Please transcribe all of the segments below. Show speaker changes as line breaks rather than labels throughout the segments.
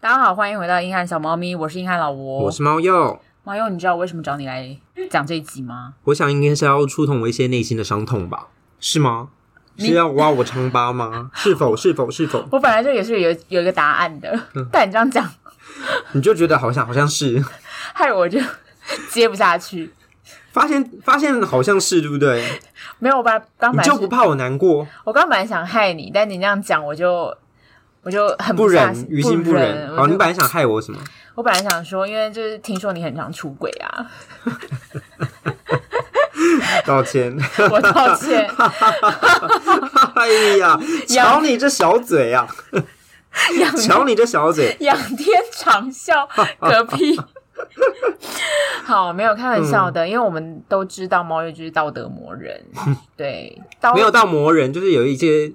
大家好，欢迎回到硬汉小猫咪，我是硬汉老吴。
我是猫药，
猫佑，你知道我为什么找你来讲这一集吗？
我想应该是要触痛我一些内心的伤痛吧？是吗？
你
是要挖我疮 疤吗？是否？是否？是否？
我本来就也是有有一个答案的，
嗯
但你这样讲，
你就觉得好像好像是，
害我就接不下去。
发现发现好像是，对不对？
没有，我本来刚
你
本来
就不
是
怕我难过？
我刚本来想害你，但你那样讲，我就我就很
不
下
忍，于心
不
不忍。
我
好，
就
你本来想害我什么？
我本来想说，因为就是听说你很常出轨 啊，
道歉。
我道歉，
哎呀，瞧你这小嘴啊！
仰
瞧你这小嘴，
仰天长 啸，嗝屁。 好，没有开玩笑
嗯
的，因为我们都知道猫月就是道德魔 人，对，道
没有到磨人，就是有一些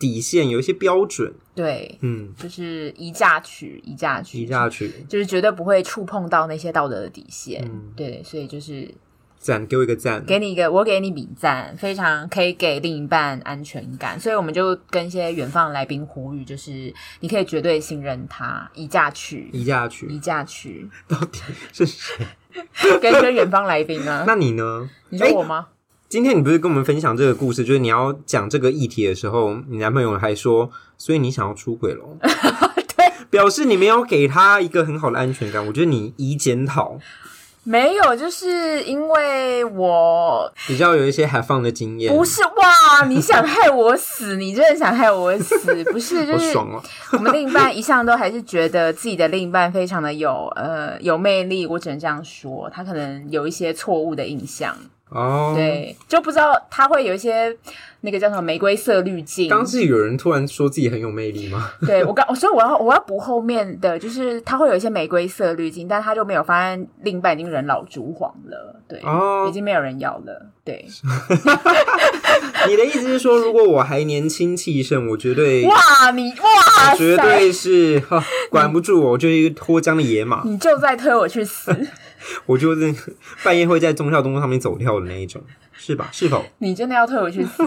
底线，有一些标准。
对，
嗯，
就是一嫁娶，一嫁娶，
移下去，
就是绝对不会触碰到那些道德的底线，
嗯
对，所以就是
赞，给我一个赞。
给你一个，我给你比赞，非常可以给另一半安全感，所以我们就跟一些远方来宾呼吁，就是你可以绝对信任他，一嫁娶，
移下去
一，嫁娶，
到底是谁？
跟一些远方来宾啊，
那你呢？
你说我吗？
今天你不是跟我们分享这个故事，就是你要讲这个议题的时候，你男朋友还说，所以你想要出轨咯。 对，表示你没有给他一个很好的安全感。我觉得你以检讨，
没有，就是因为我
比较有一些海放的经验，
不是哇，你想害我死，你真的想害我死，不是 就
好
是
爽哦、
我们另一半一向都还是觉得自己的另一半非常的有呃有魅力，我只能这样说，他可能有一些错误的印象，
哦，，
对，就不知道他会有一些那个叫什么玫瑰色滤镜，
刚是有人突然说自己很有魅力吗？
对我刚，所以我要我要补后面的，就是他会有一些玫瑰色滤镜，但他就没有发现另一半已经人老珠黄了，对，
哦
已经没有人要了，对，
你的意思是说，如果我还年轻气盛，我绝对，我
哇，你哇
绝
塞，
对是哈，管不住我，我就是一个脱缰的野马，
你就在推我去死，
我就是半夜会在忠孝东路上面走跳的那一种，是吧？是否？
你真的要推我去死？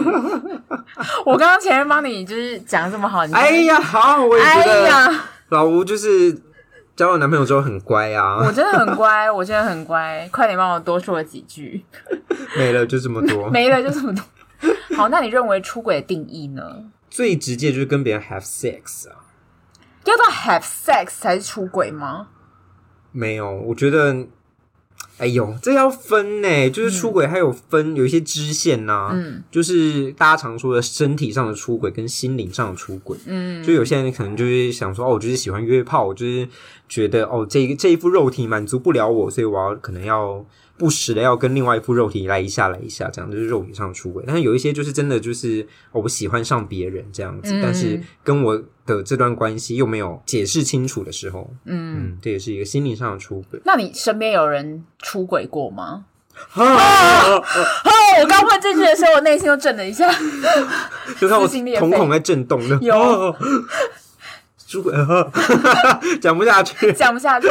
我刚刚前面帮你就是讲得这么好，你
哎，呀，好，我也觉
哎
得。
呀，
老吴就是交了男朋友之后很乖
我
啊，
真的很乖，我真的很乖，快点帮我多说几 句，
没了就这么多。
没了就这么多。好，那你认为出轨的定义呢？
最直接就是跟别人 have sex 啊，
要到 have sex 才是出轨吗？
没有，我觉得，哎呦，这要分呢、就是出轨还有分、有一些支线呐、
嗯
就是大家常说的身体上的出轨跟心灵上的出轨。
嗯，
就有些人可能就是想说，哦，我就是喜欢约炮，我就是觉得哦，这一这一副肉体满足不了我，所以我要可能要不时的要跟另外一副肉体来一下来一下，这样就是肉体上的出轨。但是有一些就是真的就是、哦、我喜欢上别人这样子，
嗯
但是跟我的这段关系又没有解释清楚的时候，
嗯，
嗯，这也是一个心灵上的出轨。
那你身边有人出轨过 吗？
啊，
哦，我刚问这句的时候，我内心又震了一下。
就看我
撕心裂肺
瞳孔在震动的，
有
哦 出轨，啊 讲不下去。
讲不下去。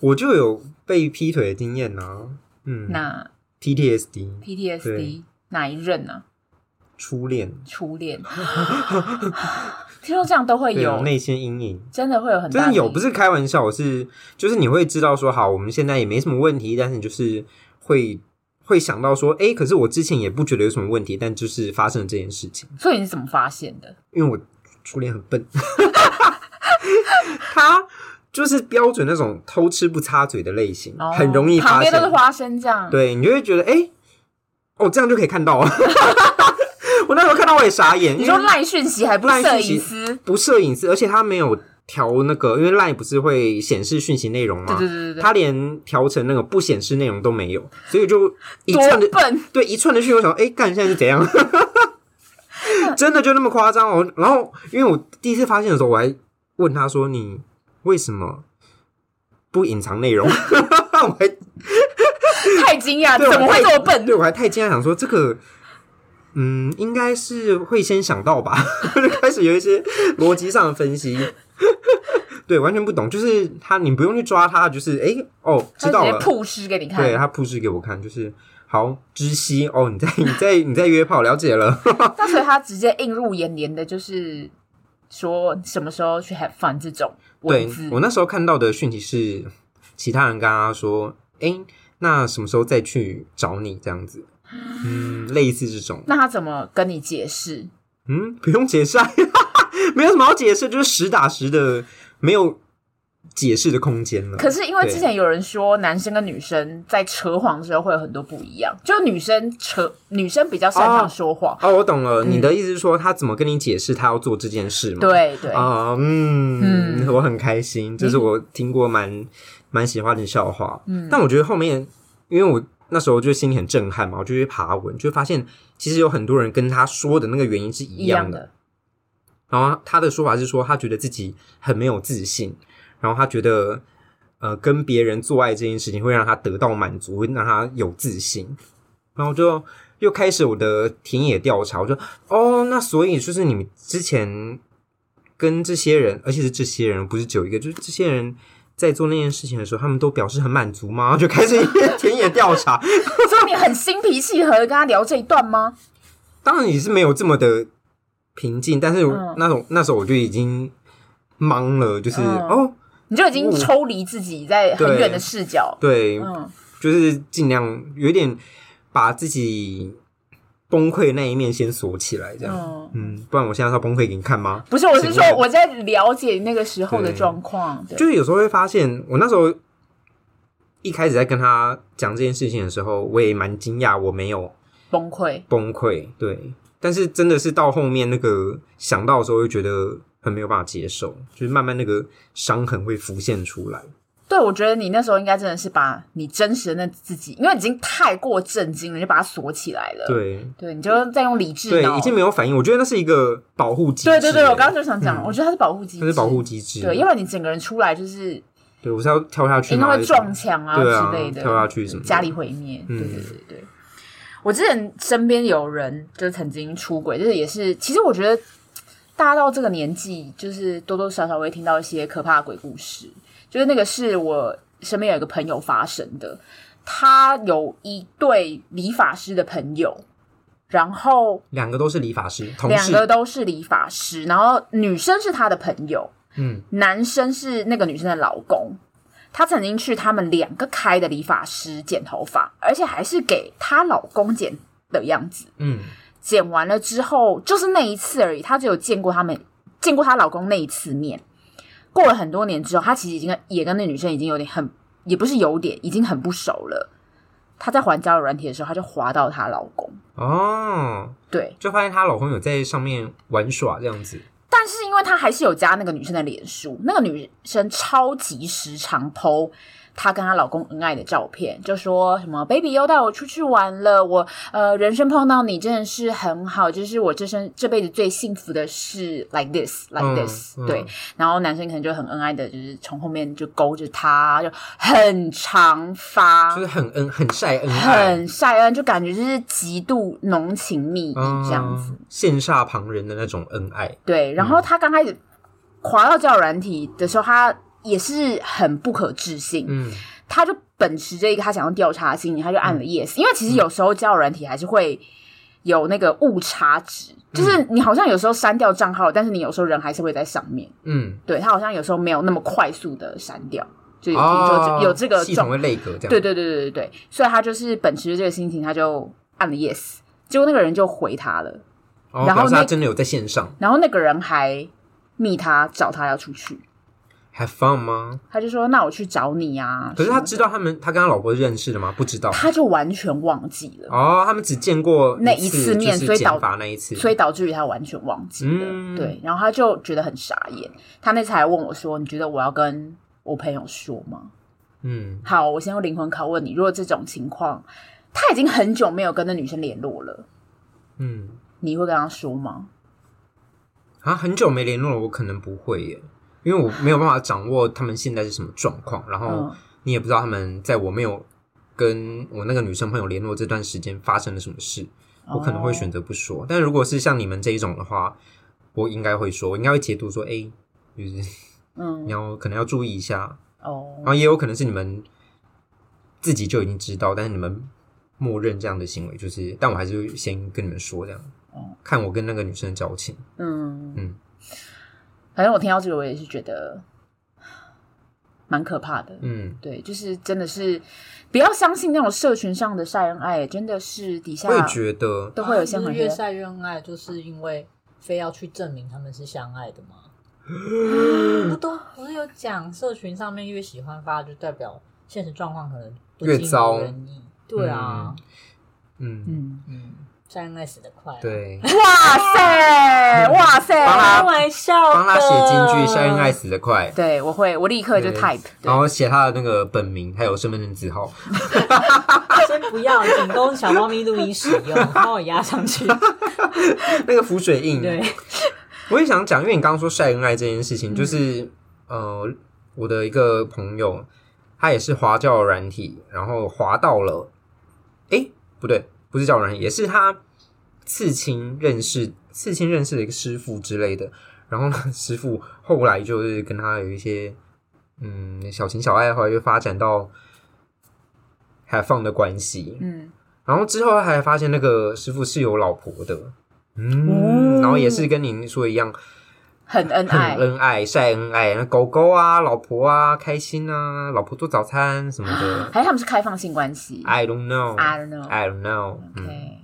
我就有被劈腿的经验呐、嗯，
那
PTSD
PTSD
对
哪一任啊呢、
初恋，
初恋， 听说这样都会
对啊，
有，
内心阴影，
真的会有很
真
大
的有，不
是
是开玩笑，是就是你会知道说，好，我们现在也没什么问题，但是你就是会会想到说，哎、可是我之前也不觉得有什么问题，但就是发生了这件事情，
所以你是怎么发现的？
因为我初恋很笨， 他。就是标准那种偷吃不擦嘴的类型，
哦
很容易
旁
发现。
边都是花生酱，
对你就会觉得，哎、哦，这样就可以看到了。 我那时候看到我也傻眼，
你
因为
说赖讯息还不
赖
摄
讯息
影师？
不设隐私，而且他没有调那个，因为 LINE 不是会显示讯息内容
对
吗？
对对对
他连调成那个不显示内容都没有，所以就一
对，
串的
多笨！
对一串的讯息，我想，哎、干现在是怎 样？真的就那么夸张哦？然后因为我第一次发现的时候，我还问他说：“你为什么不隐藏 内容？” 我还
太惊讶，
对我
啊怎么会
太
这么笨？
对我还太惊讶，想说这个，嗯，应该是会先想到吧， 就开始有一些逻辑上的分析。对，完全不懂，就是他，你不用去抓他，就是哎、哦，
他
知
直
道
接
了，
曝尸给你看，
对啊他铺示给我看，就是好知悉哦，你在你在你在约炮，了解了，
那所以他直接映入眼帘的就是说什么时候去 have fun 这种
对
文字。
我那时候看到的讯息是，其他人跟他说：“哎、那什么时候再去找你？”这样子，嗯，类似这种，
那他怎么跟你解释？
嗯，不用解释啊， 没有什么好解释，就是实打实的，没有解释的空间了。
可是因为
对
之前有人说，男生跟女生在扯谎的时候会有很多不一样，就女生扯，女生比较擅长说谎。
哦，我懂了，你的意思是说他怎么跟你解释他要做这件事吗？
嗯对对，
啊、嗯，
嗯
我很开心，这是我听过蛮蛮喜欢的笑话。嗯，但我觉得后面，因为我那时候就心里很震撼嘛，我就去爬文，就发现其实有很多人跟他说的那个原因是一
一
样
样
的。
的。
然后他的说法是说，他觉得自己很没有自信，然后他觉得呃跟别人做爱这件事情会让他得到满足，会让他有自信。然后就又开始我的田野调查，我就哦，那所以就是你们之前跟这些人，而且是这些人不是只有一个，就是这些人。在做那件事情的时候，他们都表示很满足吗？ 就开始一些田野调查，
所以你很心平气和的跟他聊这一段吗？
当然也是没有这么的平静，但是
嗯
那种、那时候我就已经懵了，就是、
嗯
哦，
你就已经
嗯
抽离自己在很远的视角。
对，
嗯，
就是尽量有一点把自己崩溃的那一面先锁起来，这样。
嗯
嗯，不然我现在要崩溃给你看吗？
不是，我是说
请问
我在了解那个时候的
对
状况。对
就是有时候会发现，我那时候一开始在跟他讲这件事情的时候，我也蛮惊讶，我没有
崩溃。
崩溃。对，但是真的是到后面那个想到的时候，会觉得很没有办法接受，就是慢慢那个伤痕会浮现出来。
对，我觉得你那时候应该真的是把你真实的那自己，因为已经太过震惊了，你就把它锁起来了。，
对，
你就再用理智
对
脑。，
已经没有反应。我觉得那是一个保护机制。
对对对，我刚刚就想讲，
嗯
我觉得它是保护机制，
那是保护机制。
对，因为你整个人出来就是
对，我是要跳下去
应
吗？
该
还
会
是
撞墙啊
对啊
之类的，
跳下去什么的
家里毁灭，对
嗯
对对对。我之前身边有人就曾经出轨，就是也是，其实我觉得大家到这个年纪，就是多多少少会听到一些可怕的鬼故事，就是那个是我身边有一个朋友发生的，他有一对理发师的朋友，然后
两个都是理发师，同
两
事。
个都是理发师，然后女生是他的朋友，
嗯，
男生是那个女生的老公，他曾经去他们两个开的理发师剪头发，而且还是给她老公剪的样子。
嗯，
剪完了之后，就是那一次而已，她只有见过他们，见过她老公那一次面。过了很多年之后，她其实已经跟也跟那女生已经有点很，也不是有点，已经很不熟了。她在还交友软体的时候，她就滑到她老公，
哦，
对，
就发现她老公有在上面玩耍这样子。
但是因为他还是有加那个女生的脸书，那个女生超级时常 PO 她跟她老公恩爱的照片，就说什么 “baby 又带我出去玩了”，我呃人生碰到你真的是很好，就是我这生这辈子最幸福的事，like this like
嗯
this，、
嗯
对。然后男生可能就很恩爱的，就是从后面就勾着她，就很常发，
就是很恩，很晒恩爱，
很晒恩，就感觉就是极度浓情蜜意这样子。
嗯，羡煞旁人的那种恩爱。
对，然
嗯
后他刚开始滑到交友软体的时候，他也是很不可置信，
嗯，
他就秉持着一个他想要调查的心理，他就按了 yes，、因为其实
嗯
有时候交友软体还是会有那个误差值，就是
嗯
你好像有时候删掉账号，但是你有时候人还是会在上面，
嗯，
对他好像有时候没有那么快速的删掉，就有听说
哦，
这有这个
系
状
统会内格这样。
对对对对对对，所以他就是秉持着这个心情，他就按了 yes，结果那个人就回他了。
哦，
然后
表示他
那
真的有在线上
然后那个人还密他找他要出去，
have fun 吗？
他就说：“那我去找你啊。”
可是他
什么的
知道他们，他跟他老婆是认识的吗？不知道。
他就完全忘记了，
哦，他们只见过
那
一
一次面
就是
所以
剪
导
发那一次，
所以导致于他完全忘记了。
嗯
对，然后他就觉得很傻眼。他那次还问我说：“你觉得我要跟我朋友说吗
嗯？”，
好，我先用灵魂拷问你：如果这种情况，他已经很久没有跟那女生联络了，
嗯，
你会跟他说吗？
啊，很久没联络了，我可能不会耶，因为我没有办法掌握他们现在是什么状况，然后
嗯，
你也不知道他们在我没有跟我那个女生朋友联络这段时间发生了什么事，我可能会选
择。
择不说。但如果是像你们这一种的话，我应该会说，我应该会解读说，哎、就是
嗯
你，要啊可能要注意一下，
哦
然，后也有可能是你们自己就已经知道，但是你们默认这样的行为，就是，但我还是会先跟你们说这样
哦，
看我跟那个女生的交情，
嗯
嗯
反正我听到这个，我也是觉得蛮可怕的。
嗯，
对，就是真的是不要相信那种社群上的晒恩爱，真的是底下
我也觉得，
都会有一些
他们
很
越啊晒越恩爱，就是因为非要去证明他们是相爱的 吗？不都不是有讲，社群上面越喜欢发，就代表现实状况可能不
越
尽
糟
如人意。对啊，
嗯，
嗯，
嗯，晒恩爱死得快、，啊
对，
哇
嗯
塞，哇
帮
塞，
他
开玩笑的，
帮他写金句，晒恩爱死得快。
对我会，我立刻就
对
type，对
然后写他的那个本名，还有身份证字号。
先不要，仅供小猫咪录音使用，帮我压 上去。
嗯那个浮水印，
对，
我也想讲，因为你刚刚说晒恩爱这件事
嗯
情，就是、呃，我的一个朋友，他也是滑教软体，然后滑到了，诶，不对，不是教软体，也是他刺青认识刺青认识的一个师傅之类的，然后呢， 师傅后来就是跟他有一些嗯小情小爱，后来就发展到 have fun 的关系，
嗯，
然后之后还发现那个师傅是有老婆的，嗯，
哦
然后也是跟您说一样，
很恩
很
爱，
恩爱晒恩爱，那狗狗啊、老婆啊开心啊，老婆做早餐什么 的
还是他们是开放性关系
，I don't know，I
？I don't know。
don't know，嗯，
OK，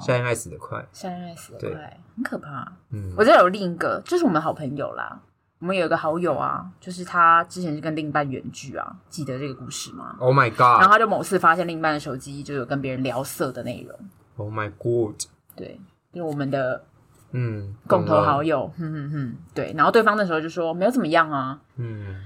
晒恩爱死得快，
晒恩爱死得
对
快，很可怕。
嗯
我，这有另一个，就是我们好朋友啦。我们有一个好友啊，就是他之前是跟另一半远距啊，记得这个故事吗？
Oh my
然后
God，Oh
他就某次发现另一半的手机就有跟别人聊色的内容，
Oh my God，
对，就是我们的
嗯，
共同好
友，
友，哼哼哼，对。然后对方那时候就说没有怎么样啊，
嗯，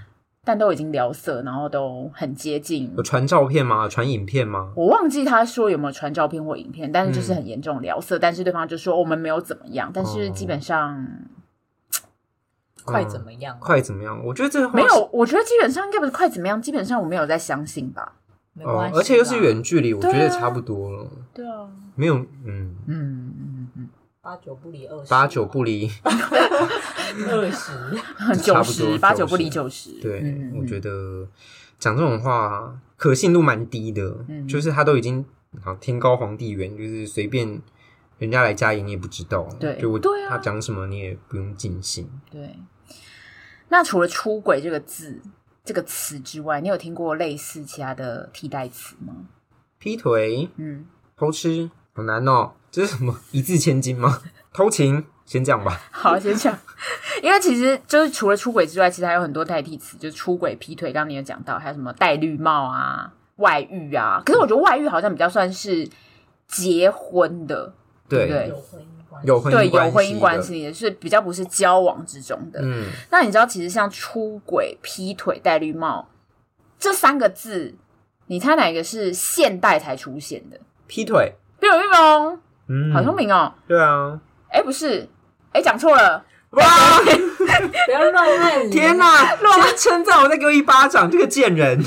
但都已经聊色，然后都很接近
有。传照片吗？传影片吗？
我忘记他说有没有传照片或影片，但是就是
嗯
很严重聊色，但是对方就说、哦我们没有怎么样，但是基
哦
本上、
快怎么样？
嗯
啊
快怎么样？我觉得这个话哦
没有，我觉得基本上应该不是快怎么样，基本上我没有在相信吧。
没
哦
关，系，
而且又是远，距离，我觉
对
得
啊
差不多了，
对啊，
没有，嗯，
嗯嗯嗯
八九不离二十，
八九不离。
二十，
嗯，
差
九
不多
十八九不离
90
九十，
对，
嗯
我觉
得
得讲这种话可信度蛮低的，
嗯
就是他都已经好天高皇帝远，就是随便人家来加言你也不知道，
对
就我
对啊
他讲什么你也不用尽信。
对。那除了“出轨”这个字、这个词之外，你有听过类似其他的替代词吗？
劈腿、
嗯，
偷吃，好难哦，这是什么一字千金吗？偷情，先这样吧。
好，先讲，因为其实就是除了出轨之外，其实还有很多代替词，就是出轨、劈腿，刚刚你有讲到，还有什么戴绿帽啊、外遇啊。可是我觉得外遇好像比较算是结婚的，
对，
对
有婚姻关系
有婚姻
对，有
关
婚姻
的
关，系的，是比较不是交往之中的。
嗯，
那你知道，其实像出轨、劈腿、戴绿帽这三个字，你猜哪一个是现代才出现的？
劈腿，
冰龙冰龙，
嗯，
好聪，明哦！
对啊，
哎、不是，哎、讲错了，
哇，
不要乱按，
天
哪！
哪，先称赞我，再给我一巴掌，这个贱人，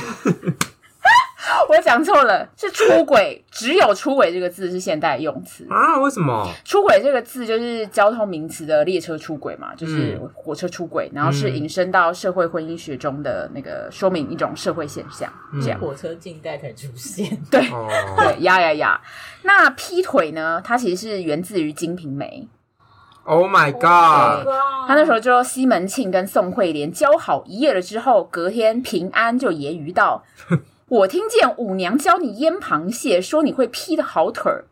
我讲错了，是出轨。只有出轨这个字是现代用词。
啊，为什么？
出轨这个字就是交通名词的列车出轨嘛，就是
嗯
火车出轨，然后是
嗯
引申到社会婚姻学中的那个说明一种社会现象，
嗯
这样。
火车近代才出现，
哦，
对呀呀呀！那劈腿呢？它其实是源自于《金瓶梅》，
Oh my god！
他那时候就西门庆跟宋慧莲交好一夜了之后，隔天平安就揶揄 道：“我听见五娘教你腌螃蟹，说你会劈的好腿儿。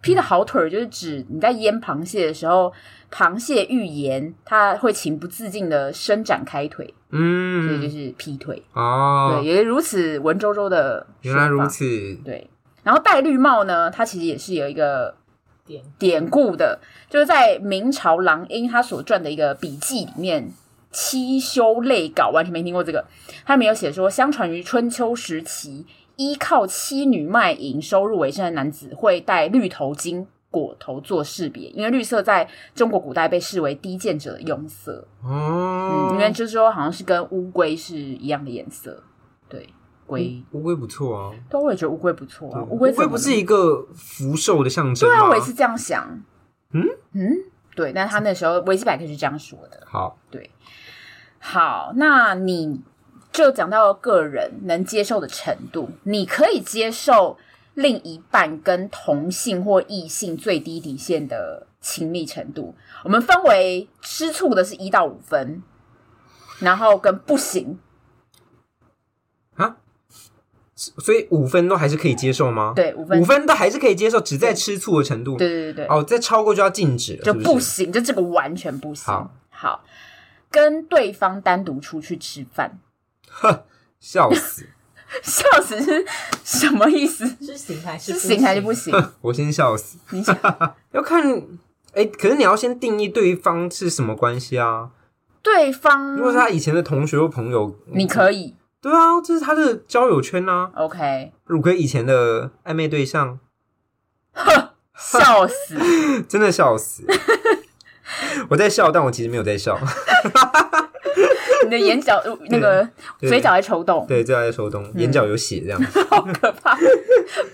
劈的好腿儿就是指你在腌螃蟹的时候，螃蟹欲言，它会情不自禁的伸展开腿，所以就
嗯，
是劈腿。对，
哦，
也如此文绉绉的
原来
说法
如此，
对，然后戴绿帽呢，它其实也是有一个
点
典故的，就是在明朝郎英他所撰的一个笔记里面。七修类稿完全没听过这个，他没有写说，相传于春秋时期，依靠妻女卖淫收入为生的男子会戴绿头巾、裹头做识别，因为绿色在中国古代被视为低贱者的用色，
哦
嗯，，因为就是说好像是跟乌龟是一样的颜色，对，龟，
乌龟不错啊，
对，我也觉得乌龟不错啊，乌
乌
龟
龟
怎么
不是一个福寿的象征
对啊，
吗
我也？是这样想。
嗯
嗯，对，但他那时候维基百科是这样说的。
好，
好，那你就讲到个人能接受的程度，你可以接受另一半跟同性或异性最低底线的亲密程度。我们分为吃醋的是一到五分，然后跟不行，
啊？所以五分都还是可以接受吗？，
对五分
五，分都还是可以接受，只在吃醋的程度。
对对对对，
哦，再超过就要禁止了，
就是不
是。
行，就这个完全不行。
好
好跟对方单独出去吃饭，
笑 死！
笑死是什么意 思？
是行还是
是行还是不
行？
行？
我先笑死。
你想
要看，哎，可是你要先定义对方是什么关系啊？
对方
如果是他以前的同学或朋友，
嗯你可以
对啊，这是他的交友圈啊。
OK，
如果以前的暧昧对象，
笑死，
真的 笑死。我在笑，但我其实没有在笑。
你的眼角呃那个
对
嘴角在抽动，
对，这还在抽动，
嗯
眼角有血这样。
好可怕，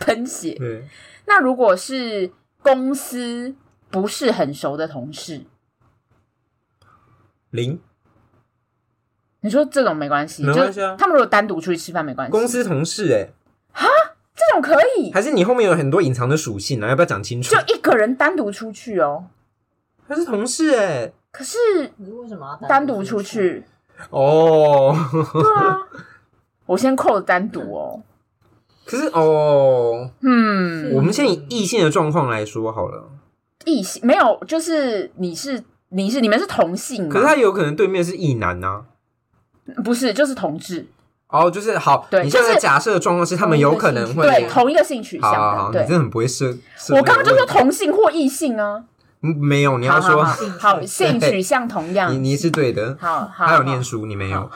喷血。
对，
那如果是公司不是很熟的同事，
零
你说这种没关系，
没关系啊
就他们如果单独出去吃饭没关系，
公司同事哎、
这种可以，
还是你后面有很多隐藏的属性啊？要不要讲清楚？
就一个人单独出去哦。
他是同事哎、
可是
你为什么要
单独出？去，
哦，
对啊，我先扣单独哦。
可是哦，
嗯，
我们先以异性的状况来说好了。
异性没有，就是你是你是你们是同性吗，
可是他有可能对面是异男呐、
不是就是同志，
哦，就是好，
对
你现在
就
的
是
假设的状况是他们有可能会
对，同一个性取
好
向
好
的，
好，你
对
真。的很不会设。设
我刚刚就说
那个
同性或异性啊，
问题嗯没有，你要
好
说
好好好，性取向同样
你，你是对的。
嗯好好，
他有
好
念，书，你没有，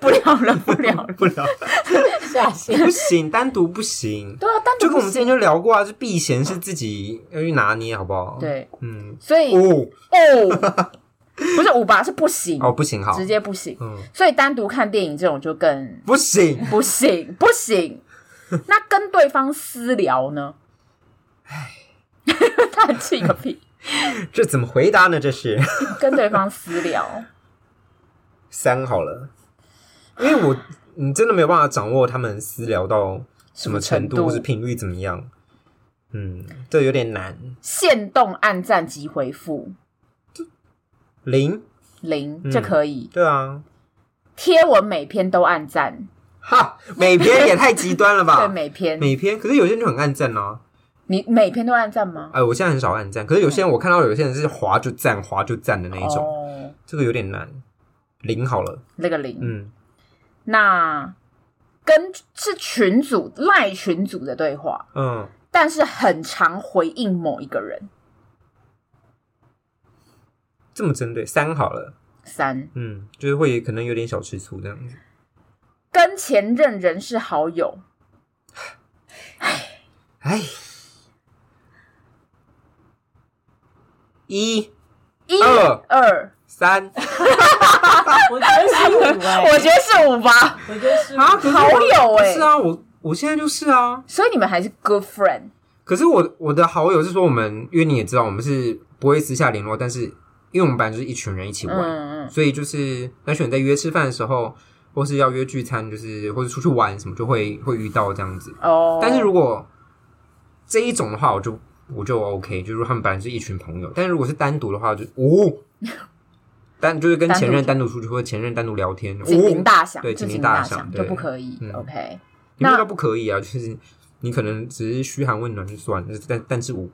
不聊了，不聊了，
不了，
下 线
不行，单独不行。
对啊，单
就
独
跟我
不
们之
行，
前就聊过啊，就避嫌是自己要去拿捏，好不好？，
对，
嗯，
所以
哦，
哦，不是五八是不行，
哦，不行，好
直，接不行，
嗯，
所以单独看电影这种就更
不行，
不行，不行。那跟对方私聊呢？他气个屁！
这怎么回答呢？这是
跟对方私聊，
三好了，因为我你真的没有办法掌握他们私聊到 什
什么
么程
程
度，
度
或是频率怎么样，嗯，这有点难。
限动按赞及回复
零，
零，
嗯
这可以。
对啊，
贴文每篇都按赞，
哈，每篇也太极端了
对
吧？
每篇，
每篇，可是有些人就很暗赞啊。
你每篇都按赞吗？
哎，我现在很少按赞，可是有些人我看到有些人是划就赞，划就赞的那一种，
哦，
这个有点难。零好了，
那个零。
嗯，
那跟是群组赖群组的对话，
嗯，
但是很常回应某一个人。
这么针对三好了，
三
嗯，就是会可能有点小吃醋这样子。
跟前任人是好友，
哎，一
一
二
二，
三
我觉得是五
哦
哎，
我觉得是五吧，
我觉得是五
啊，可是我
好友欸
是啊，我我现在就是啊，
所以你们还是 good friend，
可是我我的好友是说我们，因为你也知道，我们是不会私下联络，但是因为我们本来就是一群人一起玩，
嗯嗯，
所以就是那选在约吃饭的时候，或是要约聚餐，就是或者出去玩什么，就会会遇到这样子。
哦，
但是如果这一种的话，我就我就 OK，就是他们本来是一群朋友，但是如果是单独的话就，哦， 单就是跟前任单独出去或者前任单独聊天，哦，
警铃大响，
对
就
警
警
铃
铃
大
大
响
响
对
就不可以
嗯
，OK，
你们
那
都不可以啊，就是你可能只是嘘寒问暖就算了，但但是我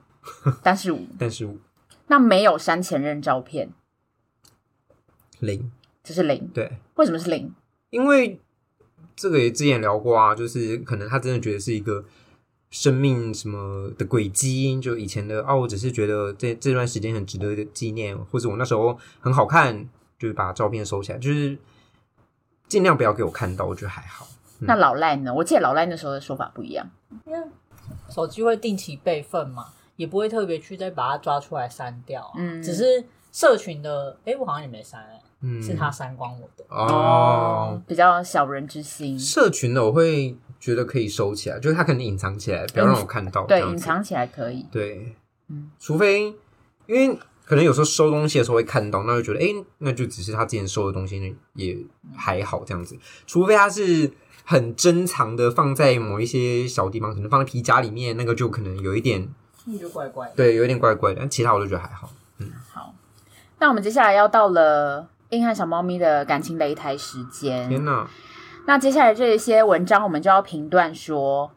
但是五，
但是我
那没有删前任照片，
零
这是零，
对，
为什么是零？
因为这个也之前聊过啊，就是可能他真的觉得是一个生命什么的轨迹，就以前的哦，我只是觉得这这段时间很值得纪念，或者我那时候很好看，就是把照片收起来，就是尽量不要给我看到，我觉得还好。嗯
那老赖呢？我记得老赖那时候的说法不一样，
因为手机会定期备份嘛，也不会特别去再把它抓出来删掉、啊。
嗯
只是社群的，哎、我好像也没删、欸，
嗯，
是他删光我的。
哦。
比较小人之心，
社群的我会觉得可以收起来，就是他可能隐藏起来，不要让我看到。
对
这，样
隐
子
藏起来可以，
对，
嗯
除非因为可能有时候收东西的时候会看到，那就觉得哎、诶那就只是他之前收的东西，那也还好这样子。除非他是很珍藏的，放在某一些小地方，可能放在皮夹里面，那个就可能有一点
你就怪怪的。
对，有一点怪怪的。但其他我都觉得还好。
好。那我们接下来要到了硬汉小猫咪的感情擂台时间。
天哪，
那接下来这一些文章，我们就要评断说，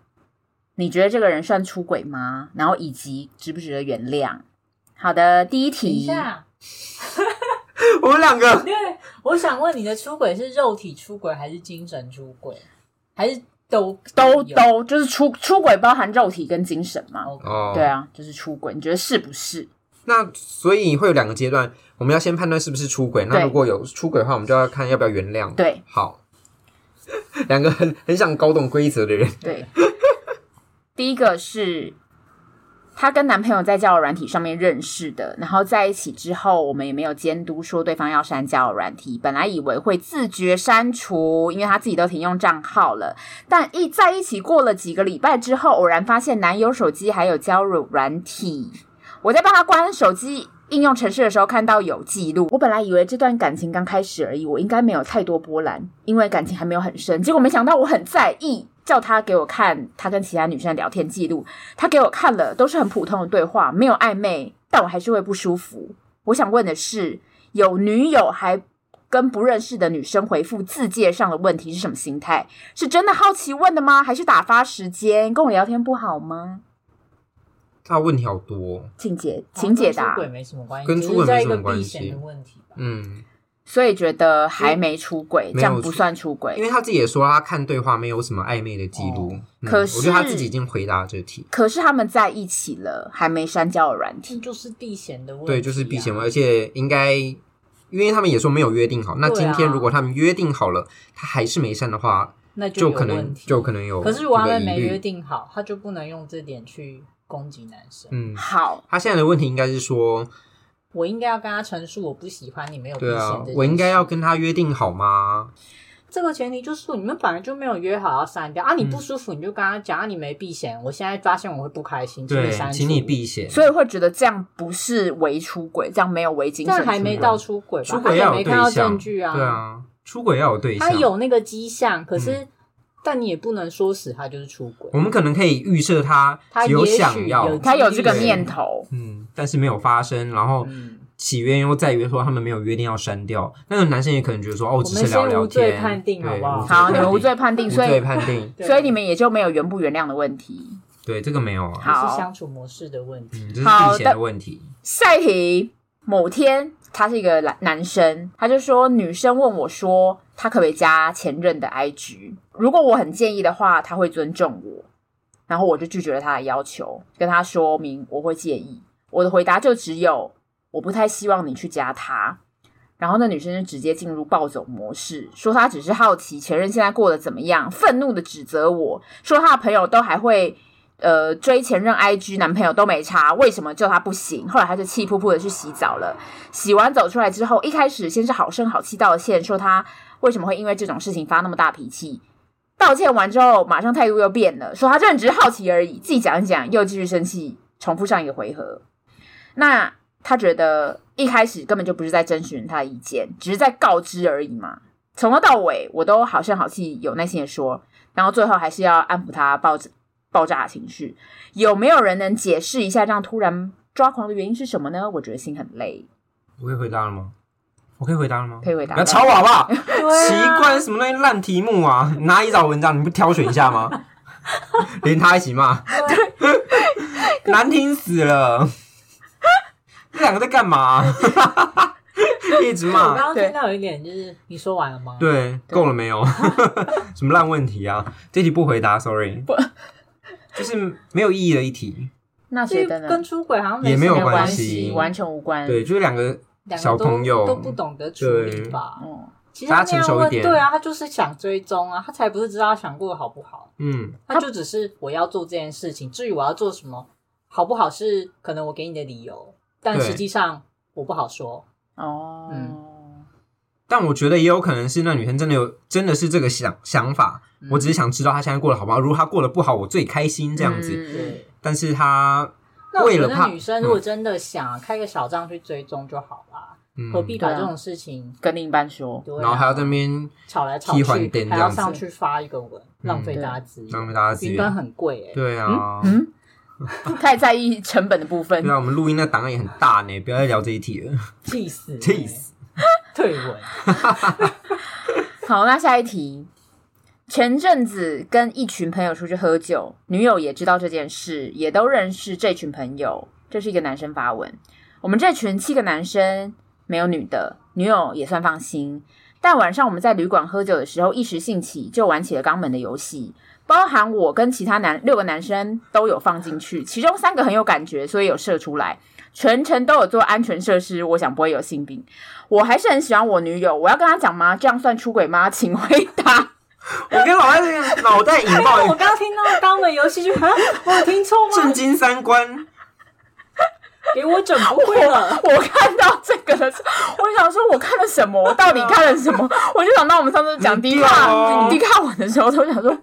你觉得这个人算出轨吗？然后以及值不值得原谅？好的，第一
等一
题，
下，
嗯
我们两个
因为我想问你的出轨是肉体出轨还是精神出轨，还是都
都
有
都就是出出轨包含肉体跟精神嘛？
OK
哦，
对啊，就是出轨，你觉得是不是？
那所以会有两个阶段，我们要先判断是不是出轨。那
对
如果有出轨的话，我们就要看要不要原谅。，
对
好， 两个很很想搞懂规则的人，
对， 第一个是她跟男朋友在交友软体上面认识的，然后在一起之后，我们也没有监督说对方要删交友软体，本来以为会自觉删除，因为她自己都停用账号了，但一在一起过了几个礼拜之后，偶然发现男友手机还有交友软体，我在帮他关手机。应用程式的时候看到有记录，我本来以为这段感情刚开始而已，我应该没有太多波澜，因为感情还没有很深。结果没想到我很在意，叫他给我看他跟其他女生的聊天记录，他给我看了都是很普通的对话，没有暧昧，但我还是会不舒服。我想问的是，有女友还跟不认识的女生回复字界上的问题是什么心态？是真的好奇问的吗？还是打发时间跟我聊天不好吗？
他问题好多哦。
请解，请解
跟
答
出。轨没什么关系，
跟
只
出轨
是在
没
一
什么
个避
关
嫌
系
的问题吧。
嗯，
所以觉得还没出轨，这
嗯没
样
有
不
出
算出
因
轨。
为他自己也说他看对话没有什么暧昧的记录。
哦
嗯
可
我觉得他
是
自己已经回答这题。
可是他们在一起了，还没删交友软
这
体。
就是避嫌的问题、啊，
对，就是避嫌，而且应该，因为他们也说没有约定好。那
对啊
今天如果他们约定好了，他还是没删的话，
那
就
有
可
问
能
题
就可能有。
可是如果他们没约，定好，他就不能用这点去攻击男生。
嗯，
好，
他现在的问题应该是说，
我应该要跟他陈述我不喜欢你没有避
对
嫌
啊
这件事、，
我应该要跟他约定好吗？
这个前提就是你们本来就没有约好要删掉啊，你不
嗯
舒服你就跟他讲啊，你没避嫌，我现在发现我会不开心，请你
对
删，除，
请你避嫌。
所以会觉得这样不是为出轨，这样没有为精神
但
出轨。
还没到出轨吧？
出轨要
他
有
也没
对
看到
象，
证据
对啊，出轨要有对象。嗯
他有那个迹象，可是、但你也不能说死他就是出轨
我。们可能可以预设他
他
只有
也许
想要
有，
他有这个念头，
嗯，但是没有发生，然后
嗯
起源又在于说他们没有约定要删掉。那个男生也可能觉得说，哦，只是聊聊
我们先无罪
天，
判定好不好
好，你
对
们无罪判定，
无
所
罪
以
判 定，
对
所以你们也就没有原不原谅的问题。
对这个没有啊，
这
好
是相处模式的问题。
嗯，这是
好
避嫌的
的
问题。
下一题，某天他是一个男男生，他就说女生问我说他可不可以加前任的 IG，如果我很介意的话，他会尊重我，然后我就拒绝了他的要求，跟他说明我会介意。我的回答就只有我不太希望你去加他。然后那女生就直接进入暴走模式，说她只是好奇前任现在过得怎么样，愤怒的指责我说她的朋友都还会呃追前任 IG 男朋友都没差，为什么就她不行？后来她就气扑扑的去洗澡了，洗完走出来之后，一开始先是好声好气道歉，说她为什么会因为这种事情发那么大脾气。道歉完之后，马上态度又变了，说她真的只是好奇而已，自己讲一讲，又继续生气，重复上一个回合。那他觉得一开始根本就不是在征询他的意见，只是在告知而已嘛。从头到尾，我都好声好气、有耐心的说，然后最后还是要安抚他爆爆炸的情绪。有没有人能解释一下这样突然抓狂的原因是什么呢？我觉得心很累。
我可以回答了吗？我可以回答了吗？
可以回答啊
不要吵我好不 好？奇怪，什么那些烂题目啊？哪里找文章？你不挑选一下 吗？连他一起骂，难听 死了！这两个在干嘛？一直
我
骂，
刚刚听到有一点就是，你说完了吗？
对，够了没有？什么烂问题啊？这题不回答，sorry。就是没有意义的一题，
那
这
觉得
跟
呢？
出轨好像
也没有
什么
关
系，
系
完全无关。
对，就是两个
两个
小
都
朋友
都不懂得处理吧？
嗯，
其实他
大
那
家成
样
熟一
问，
点
对啊，他就是想追踪啊，他才不是知道他想过得好不好，
嗯，
他就只是我要做这件事情，至于我要做什么好不好是可能我给你的理由，但
对
实际上我不好说。
哦，
但我觉得也有可能是那女生真的有，真的是这个想想法。
嗯
我只是想知道她现在过得好不好。如果她过得不好，我最开心这样子。
嗯
对，
但是她，
那我觉
为了怕
得女生如果真的想开个小账去追踪就好啦，
嗯，
何必把这种事情
跟另一半说，
对啊
然后还要在那边
吵来吵
踢还
去，
灯这
还要
样子嗯啊
上去发一个文，浪费大家资源，
浪费大家资
云端
源？
很贵哎。
对啊，
嗯， 太在意成本的部分
对。啊，我们录音那档案也很大呢，不要再聊这一题了。
气死，
气死，
退 文。
好，那下一题。前阵子跟一群朋友出去喝酒，女友也知道这件事，也都认识这群朋友。这是一个男生发文，我们这群七个男生没有女的，女友也算放心。但晚上我们在旅馆喝酒的时候，一时兴起就玩起了肛门的游戏，包含我跟其他男六个男生都有放进去，其中三个很有感觉，所以有射出来，全程都有做安全设施，我想不会有性病。我还是很喜欢我女友，我要跟她讲吗？这样算出轨吗？请回答。
我跟老外这个脑袋引
因为哎我
爆，
刚刚听到肛门游戏就 啊，我有听错吗
震？惊三观。
给我整不会 了。
我看到这个的时候，我就想说，我看了什么？我到底看了 什么？我就想到我们上次讲
你
低
掉
卡
哦
低卡文的时候，我想说，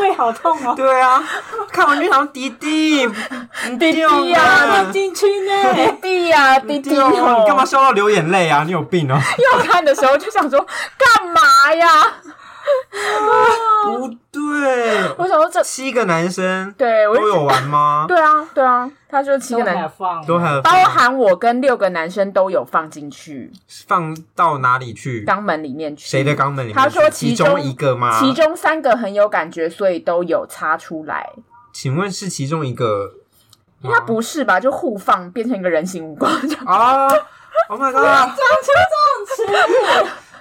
胃好痛哦，
对啊，看完就想滴滴，
弟弟
掉
呀、
了
掉啊进去呢。
弟啊弟呀、弟弟
掉啊
哦，
啊你干嘛笑到流眼泪啊？你有病哦！
要看的时候就想说，干嘛呀？
不对，
我想说这，
七个男生
对我
都
就
有玩吗？
对啊，对啊，他说七
都
个
还
男，
放，
都还有
包含我跟六个男生都有放进去
放到哪里去？
肛门里面去。
谁的肛门里面去？
他说
其
其中
一个吗？
其中三个很有感觉，所以都有插出来。
请问是其中一个
应该不是吧？就互放变成一个人形蜈蚣， 就
啊？Oh my god！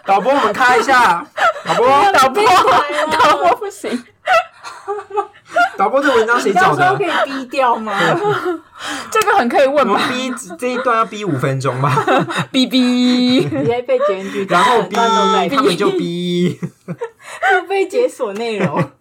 导播，我们开一下。导播，
导播
来了，
哦
导播不行。
导播，这文章谁
你
找
到时候
的
可？以逼掉吗？
啊
这个很可以问
我
吧
们逼这一段要逼五分钟吧，
？B B，
直接被检举，
然后逼
整段都在
他们就逼，
又被解锁内 容。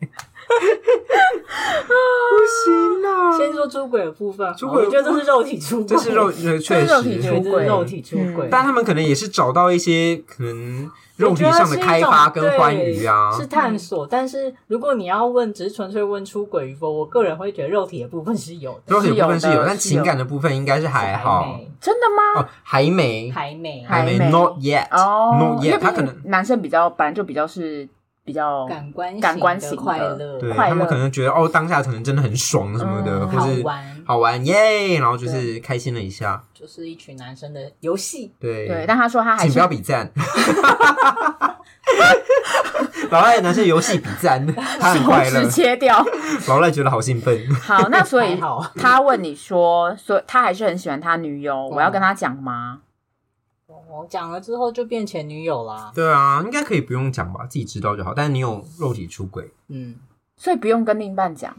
不行啊！
先说出轨的部分，
出轨
我觉得这是肉体出轨，
这是肉，呃确
肉体
实
出轨
对，这是肉体出轨。
但他们可能也是找到一些可能肉体上的开发跟欢愉啊
我觉得是一种对。是探索。但是如果你要问，只是纯粹问出轨与否，我个人会觉得肉体的部分是有的，
肉体部分
是
是有
有，的
但情感的部分应该是还好
真的吗？
哦，还没，
还没，还
还
没
没
没，not yet，
哦，
not
因为
yet，他可能
男生比较，本来就比较是比较
感官
感官
型
型
的
的
快乐，
对
快乐
他们可能觉得哦，当下可能真的很爽什么的，
嗯
或
好
是
玩，
好玩耶，然后就是开心了一下。
就是一群男生的游戏。
对，
对，但他说他还
请不
是
要比赞。 老赖拿些游戏比 赞，他很快
手
乐
指。切 掉。
老赖觉得好兴奋，
好，那所以
还好
他问你说，所以他还是很喜欢他女友，我要跟他讲吗？
我讲了之后就变前女友啦。
对啊，应该可以不用讲吧，自己知道就好。但是你有肉体出轨，
嗯，
所以不用跟另一半讲。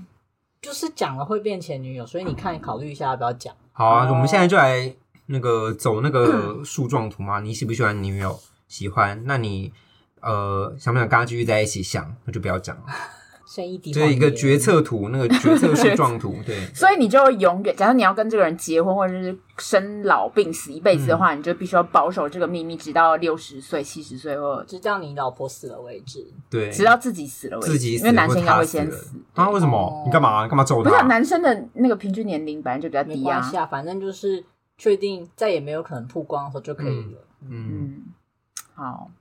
就是讲了会变前女友，所以你看考虑一下要不要讲。
好啊，
哦嗯
我们现在就来那个走那个树状图嘛。你喜不喜欢女友？喜欢，那你呃想不想跟他继续在一起？想，那就不要讲了。
剩一滴
这是一个
谎言
决，策图，那个决策树 状图，对。
所以你就永远，假如你要跟这个人结婚，或者是生老病死一辈子的话，
嗯
你就必须要保守这个秘密，直到六十岁、七十岁，或
直到你老婆死了为止。
对，
直到自己死了为止。
自己
因
死
为男生应该
或
会
他死
先
了
死。
啊？为什么
哦？
你干嘛？你干嘛揍
不是啊、
他？
男生的那个平均年龄本来就比较
没
低
关
啊
系。啊，反正就是确定再也没有可能曝光的时候就可以了。
嗯，
嗯，好。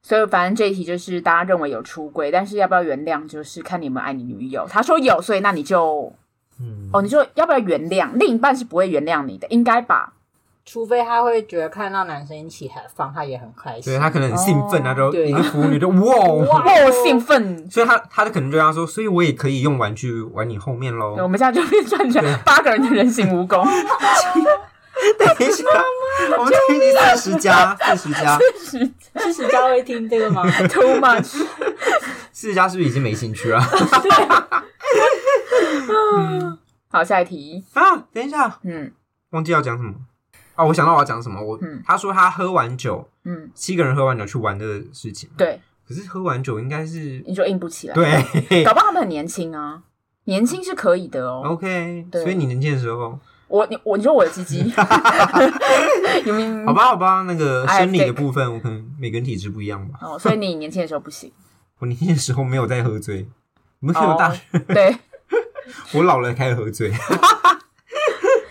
所以反正这一题就是大家认为有出轨，但是要不要原谅，就是看你有没有爱你女友。他说有，所以那你就
嗯
哦，你就要不要原谅？另一半是不会原谅你的，应该吧？
除非他会觉得看到男生一起喊放，他也很开心。
对他可能很兴奋，
哦
他就
对
一个腐 女就哇，
哇
哇，我兴奋！
所以他他就可能就跟他说，所以我也可以用玩具玩你后面 喽
对。我们现在就变转转八个人的人形蜈蚣，
等一下，我们这一集四十加，四十加，
四十加会听这个吗？
too much。
四十加是不是已经没兴趣了？
好，下一题。
啊，等一下，
嗯
忘记要讲什么啊！我想到我要讲什么，我
嗯
他说他喝完酒，
嗯，
七个人喝完酒去玩的事情，
对，
可是喝完酒应该是
你说硬不起来，
对
搞不好他们很年轻啊，年轻是可以的哦。
，OK，
对
所以你年轻的时候。
我你我你说我的鸡 鸡，有没有
好吧，好吧，那个
嗯 I have
生理的
dick
部分，我可能每个人体质不一样吧。
哦，所以你年轻的时候不行，
我年轻的时候没有在喝醉，
哦
你们可以有大学，
对，
我老了开始喝醉。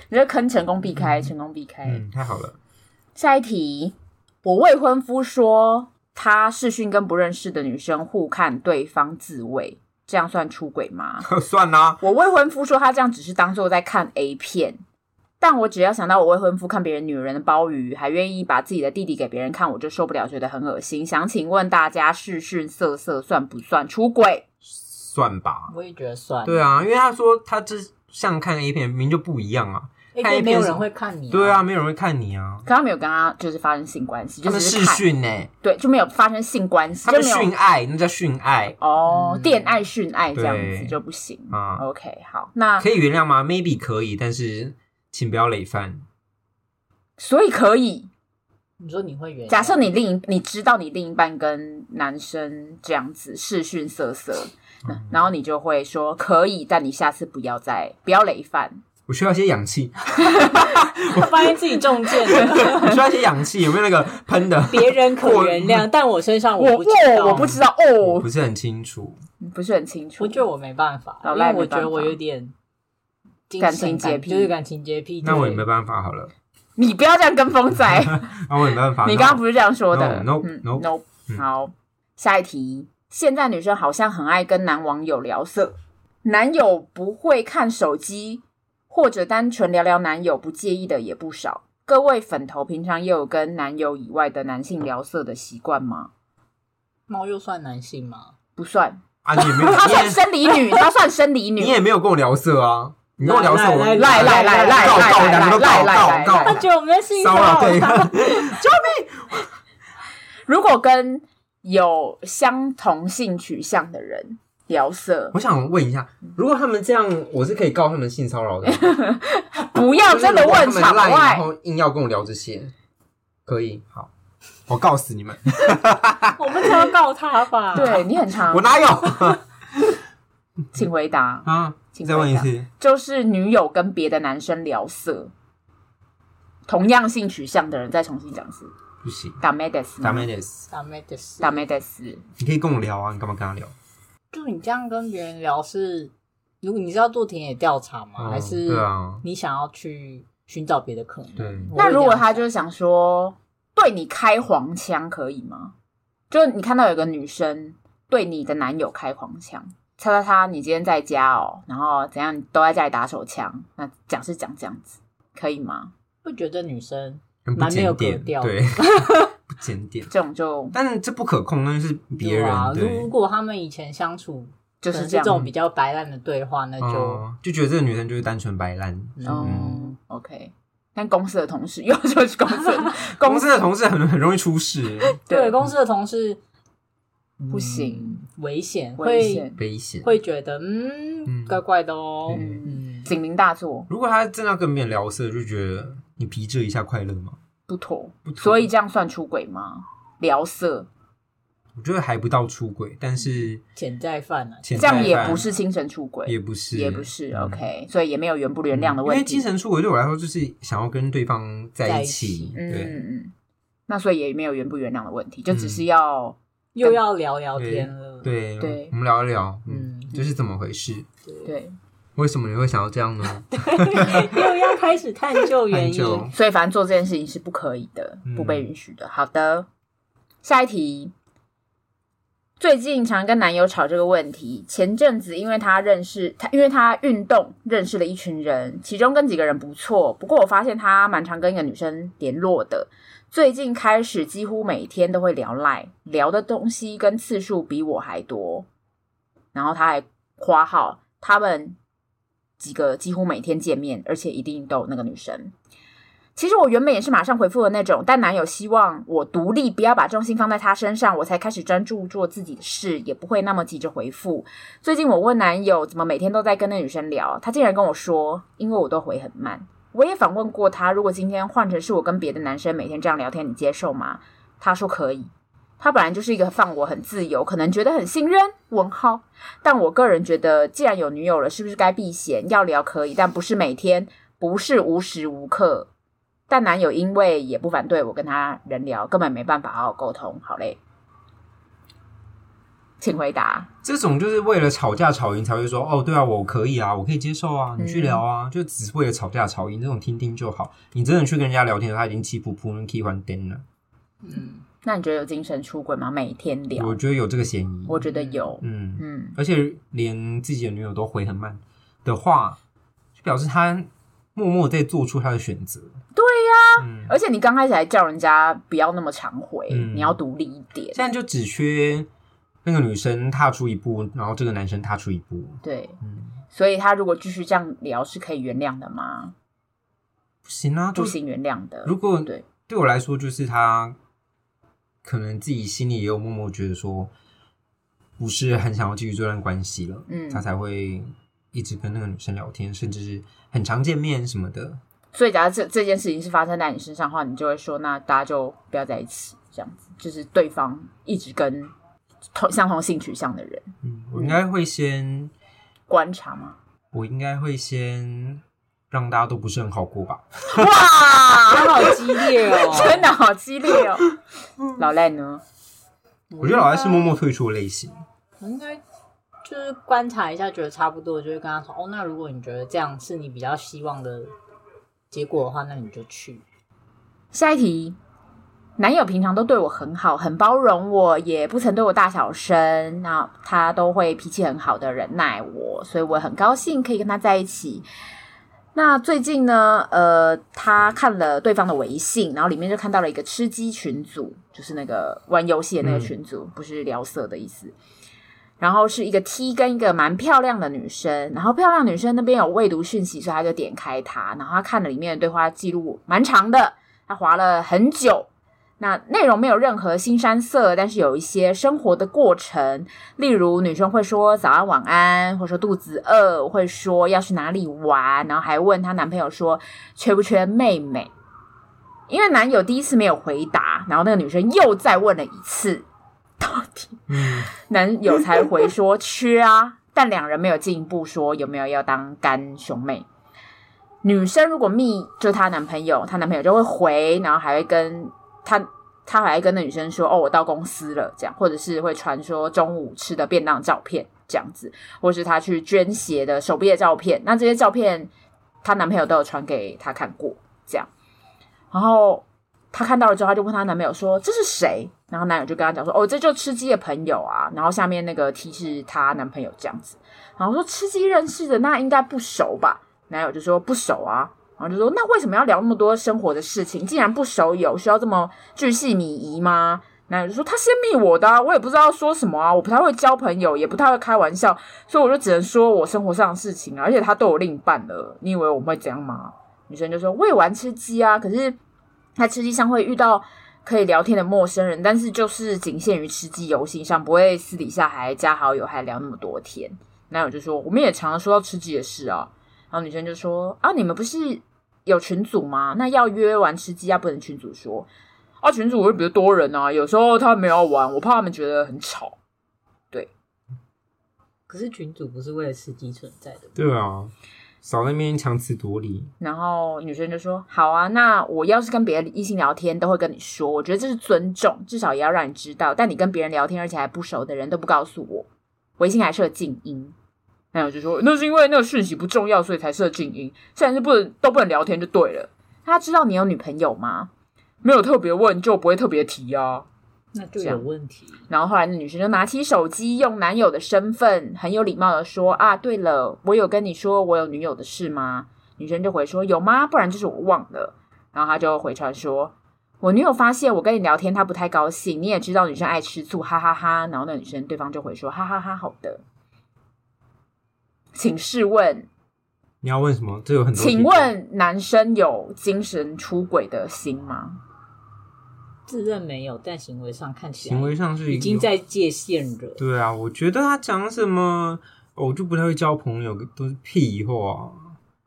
你这坑成功避开，成功避开。
嗯，太好了。
下一题，我未婚夫说他视讯跟不认识的女生互看对方自慰，这样算出轨吗？
算啦、
我未婚夫说他这样只是当做在看 A 片，但我只要想到我未婚夫看别人女人的鲍鱼，还愿意把自己的弟弟给别人看，我就受不了，觉得很恶心。想请问大家，试试色色算不算出轨？
算吧。
我也觉得算。
对啊，因为他说他这像看 A 片，明明就不一样啊。
A
看 A
片没有
片是
人会看你、
对啊，，没有人会看你啊。
可他没有跟他就是发生性关系，
他
就
们
只
视
是看，
讯呢、欸
对，就没有发生性关系，
他
就
们
没有
训爱，那叫训爱
哦
嗯
恋爱训爱这样
对
子就不行。
啊。
OK，好，那
可以原谅吗？Maybe 可以，但是请不要累犯。
所以可以
你说你会原谅？
假设你另一你知道你另一半跟男生这样子视讯色色，那然后你就会说可以，但你下次不要再不要累犯。
我需要一些氧气，
他发现自己中箭了，
我需要一些氧气，有没有那个喷的？
别人可原谅，但我身上
我
不知道。
我不知道
我
哦
不，是很清楚。
不是很清楚。
我觉得我没办法，
老
因
赖
为
没
我
办法
觉得我有点精神
感情洁癖
就是感情洁癖。
那我也
对
没办法好了，
你不要这样跟风仔，
那我也没办法。
你刚刚不是这样说的。
No,
嗯
no,
no
嗯
好，下一题。现在女生好像很爱跟男网友聊色，男友不会看手机，或者单纯聊聊男友不介意的也不少。各位粉头平常也有跟男友以外的男性聊色的习惯吗？
猫又算男性吗？
不算，
啊，你也没有，
她
你
算
也
生理 女，她算生理女。
你也没有跟我聊色啊，你跟我聊色，我
来
赖赖赖赖
告
赖
告
赖
两个都告
赖赖
告
赖
告
他觉得我们在性
哎骚扰对 方。
如果跟有相同性取向的人聊色，
我想问一下，如果他们这样，我是可以告他们性骚扰的吗。
不要真的问场
赖，然
外。
后硬要跟我聊这些，可以好，我告死你们，
我们才要告他吧？
对你很常
我，哪有
请回答。
啊？
请
再问一
回答
次，
就是女友跟别的男生聊色，同样性取向的人再重新讲一次，
不行，
打梅德斯，
达梅德斯，
打妹的事。
打梅德斯，
你可以跟我聊啊，你干嘛跟他聊？
就你这样跟别人聊是，如果你是要做田野调查吗？
哦
还是
对啊
你想要去寻找别的可能？
对
我会
那如果
这样
他就是想说对你开黄腔可以吗？就是你看到有个女生对你的男友开黄腔，擦擦擦，你今天在家哦，然后怎样你都在家里打手枪，那讲是讲这样子，可以吗？
会觉得女生
很不
蛮没有
检
格
点，
调
对，不检点。
这种就
但是这不可控，那是别
对啊
人
如
对，
果他们以前相处
就
可
是
能
这
这
样，
种比较白烂的对话，那就
哦，就觉得这个女生就是单纯白烂。嗯
哦，OK。但公司的同事又说是公 司的，
公
公
司的同事很很容易出事，
对公司的同事
不行，
嗯危险，
危
会
险，
危险。
会觉得嗯
嗯
怪怪的哦。
嗯
嗯，
警铃大作
如果他真的要跟别人聊色，就觉得你皮这一下快乐吗？
不妥，
不妥
所以这样算出轨吗？聊色
我觉得还不到出轨，但是
潜在犯啊，
潜
这
在
样也
犯
不是精神出轨，
嗯也不是，
也不是
嗯
OK，所以也没有原不原谅的
因
问
为精
题。
神出轨对我来说就是想要跟对方在一
在一
起
起，
嗯
对，
嗯嗯，那所以也没有原不原谅的问题，就只是
嗯
要
又要聊聊天了。
对，
对
我们聊一聊，嗯，
嗯，
这是怎么回事？
对，
为什么你会想要这样 呢？
又要开始探究原
很
因。
久，
所以反正做这件事情是不可以的，
嗯
不被允许的。好的，下一题。最近常跟男友吵这个问题。前阵子因为他认识他，因为他运动认识了一群人，其中跟几个人不错。不过我发现他蛮常跟一个女生联络的。最近开始几乎每天都会聊赖，聊的东西跟次数比我还多。然后他还夸号他们几个几乎每天见面，而且一定都有那个女生。其实我原本也是马上回复的那种，但男友希望我独立，不要把重心放在他身上，我才开始专注做自己的事，也不会那么急着回复。最近我问男友怎么每天都在跟那女生聊，他竟然跟我说，因为我都回很慢。我也反问过他，如果今天换成是我跟别的男生每天这样聊天，你接受吗？他说可以。他本来就是一个放我很自由，可能觉得很信任。问号，但我个人觉得，既然有女友了，是不是该避嫌？要聊可以，但不是每天，不是无时无刻。但男友因为也不反对我跟他人聊，根本没办法好好沟通。好嘞，请回答。
这种就是为了吵架吵赢才会说哦，对啊，我可以啊，我可以接受啊，你去聊
嗯
啊，就只是为了吵架吵赢，这种听听就好。你真的去跟人家聊天，他已经气噗噗，能气还颠了。
嗯，
那你觉得有精神出轨吗？每天聊，
我觉得有这个嫌疑。
我觉得有，
嗯，
嗯，
而且连自己的女友都回很慢的话，就表示他默默在做出他的选择。
对
呀、嗯，
而且你刚开始还叫人家不要那么常回，
嗯
你要独立一点，
现在就只缺那个女生踏出一步，然后这个男生踏出一步。
对，
嗯，
所以他如果继续这样聊是可以原谅的吗？
不行啊，就
不行原谅的，
如果
对
对我来说，就是他可能自己心里也有默默觉得说，不是很想要继续这段关系了，
嗯
他才会一直跟那个女生聊天，甚至是很常见面什么的。
所以假如这这件事情是发生在你身上的话，你就会说，那大家就不要在一起，这样子，就是对方一直跟同相同性取向的人
嗯，我应该会先，
观察 吗？
我应该会先让大家都不是很好过吧。
哇，！
他好激烈哦
真的好激烈 哦！
嗯
老赖呢？
我觉得老赖是默默退出的类型。
我应该就是观察一下，觉得差不多，就会跟他说：“哦，那如果你觉得这样是你比较希望的结果的话，那你就去。
下一题，男友平常都对我很好，很包容我，也不曾对我大小声。那他都会脾气很好的忍耐我，所以我很高兴可以跟他在一起。那最近呢，呃，他看了对方的微信，然后里面就看到了一个吃鸡群组，就是那个玩游戏的那个群组，不是聊色的意思。然后是一个 T 跟一个蛮漂亮的女生，然后漂亮女生那边有未读讯息，所以他就点开她，然后他看了里面的对话记录蛮长的，他划了很久。那内容没有任何新山色，但是有一些生活的过程，例如女生会说早安晚安，或者说肚子饿，会说要去哪里玩，然后还问她男朋友说缺不缺妹妹。因为男友第一次没有回答，然后那个女生又再问了一次，到底
嗯，
男友才回说缺啊，但两人没有进一步说有没有要当干兄妹。女生如果密就是她男朋友，她男朋友就会回，然后还会跟她，她还会跟那女生说哦，我到公司了这样，或者是会传说中午吃的便当照片这样子，或是她去捐鞋的手臂的照片。那这些照片，她男朋友都有传给她看过这样，然后她看到了之后，她就问她男朋友说：“这是谁？”然后男友就跟她讲说：“哦，这就吃鸡的朋友啊。”然后下面那个 T 是她男朋友这样子，然后说吃鸡认识的，那应该不熟吧？男友就说不熟啊，然后就说那为什么要聊那么多生活的事情？既然不熟，有需要这么巨细靡遗吗？男友就说他先密我的、啊，我也不知道说什么啊，我不太会交朋友，也不太会开玩笑，所以我就只能说我生活上的事情啊，而且他对我另一半了，你以为我们会怎样吗？女生就说我也玩吃鸡啊，可是在吃鸡上会遇到可以聊天的陌生人，但是就是仅限于吃鸡游戏上，不会私底下还加好友还聊那么多天。男友就说我们也常常说到吃鸡的事啊，然后女生就说啊你们不是有群组吗？那要约玩吃鸡啊，不能群组说。啊，群主会比较多人啊，有时候他们没有要玩，我怕他们觉得很吵。”
可是群主不是为了吃鸡存在的吗？
对啊，少在那边强词夺理。
然后女生就说：“好啊，那我要是跟别的异性聊天，都会跟你说，我觉得这是尊重，至少也要让你知道。但你跟别人聊天，而且还不熟的人都不告诉我，微信还设静音。”男友就说：“那是因为那个讯息不重要，所以才设静音，现在是不能都不能聊天就对了。他知道你有女朋友吗？没有特别问，就不会特别提啊。”
那就
这
有
样
问题。
然后后来那女生就拿起手机，用男友的身份很有礼貌的说：“啊，对了，我有跟你说我有女友的事吗？”女生就回说：“有吗？不然就是我忘了。”然后他就回传说：“我女友发现我跟你聊天，她不太高兴。你也知道女生爱吃醋，哈哈哈然后那女生对方就回说：“哈哈哈好的。”请试问，
你要问什么？这有很多。
请，问男生有精神出轨的心吗？
自认没有，但行为上看起来
行为上是
已经在界限了。
对啊，我觉得他讲什么，哦我就不太会交朋友，都是屁啊话。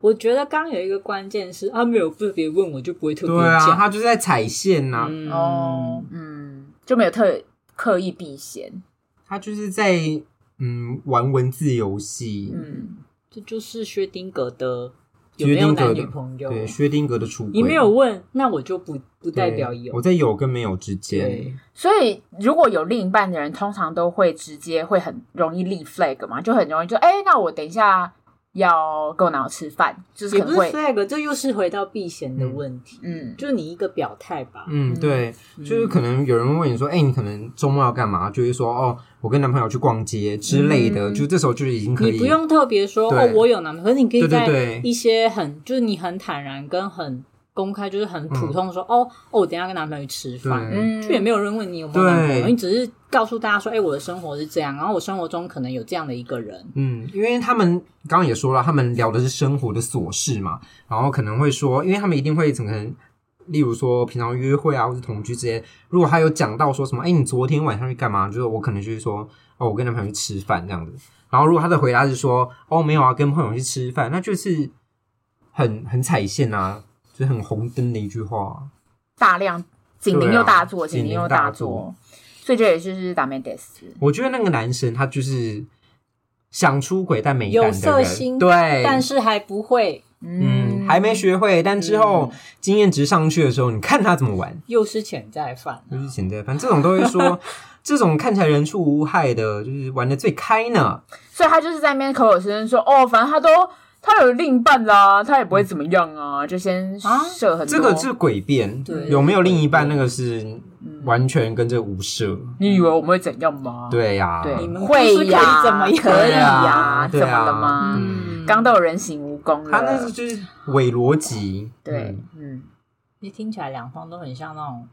我觉得刚有一个关键是，啊他没有特别问，我就不会特别
对啊，
讲。
他就是在踩线呐、
嗯
哦，嗯，就没有特刻意避嫌，
他就是在嗯玩文字游戏，
嗯。
这就是薛丁格的有
薛
没有
定谔
男女
的
朋友？
对薛定谔的出轨，
你没有问，那我就不
对
不代表有
我。在有跟没有之间
对，，
所以，如果有另一半的人，通常都会直接会很容易立 flag 嘛，就很容易就哎、那我等一下要跟我男友吃饭，就是
也
可
不
能
是
会
flag，这又是回到避嫌的问题，
嗯，
就你一个表态吧。
嗯，对，就是可能有人会问你说，哎、你可能周末要干嘛？就会说，哦，我跟男朋友去逛街之类的，
嗯
就这时候就是已经可以，
你不用特别说
对
哦，我有男朋友，可是你可以
对对
在
对
一些很就是你很坦然跟很公开，就是很普通地说、哦哦，我等一下跟男朋友去吃饭，
嗯对
嗯
就也没有人问你有没有男朋友，
对
你只是告诉大家说，哎、我的生活是这样，然后我生活中可能有这样的一个人，
嗯，因为他们刚刚也说了，他们聊的是生活的琐事嘛，然后可能会说，因为他们一定会整个人，例如说平常约会啊，或是同居之间，如果他有讲到说什么，哎，你昨天晚上去干嘛？就是我可能就是说，哦，我跟男朋友去吃饭这样子。然后如果他的回答是说，哦，没有啊，跟朋友去吃饭，那就是很很踩线啊，就是很红灯的一句话啊、
大量警
对
铃
啊
又大作，
警
警铃
铃
又
大
大
作
作，所以这也就是打 m 得 s
我觉得那个男生他就是想出轨但没
有
胆的
色
人，
心
对，
但是还不会，
嗯，还没学会，但之后经验值上去的时候，你看他怎么玩，
又是潜在犯。
就是潜在犯这种都会说，这种看起来人畜无害的，就是玩的最开呢。
所以他就是在那边口口声声说，哦，反正他都他有另一半啦，他也不会怎么样啊，就先
啊
设很多。
嗯这个是诡辩，
对
有没有另一半那个是完全跟这无涉。
你以为我们会怎样吗？
对呀、
嗯对，
你们
会
不是可以
呀，
怎么样
可以
啊
呀，
对
怎
啊
么了吗？
嗯
刚都有人形蜈蚣
他那
了
是，就是伪逻辑，
对
嗯，
嗯，
你听起来两方都很像那种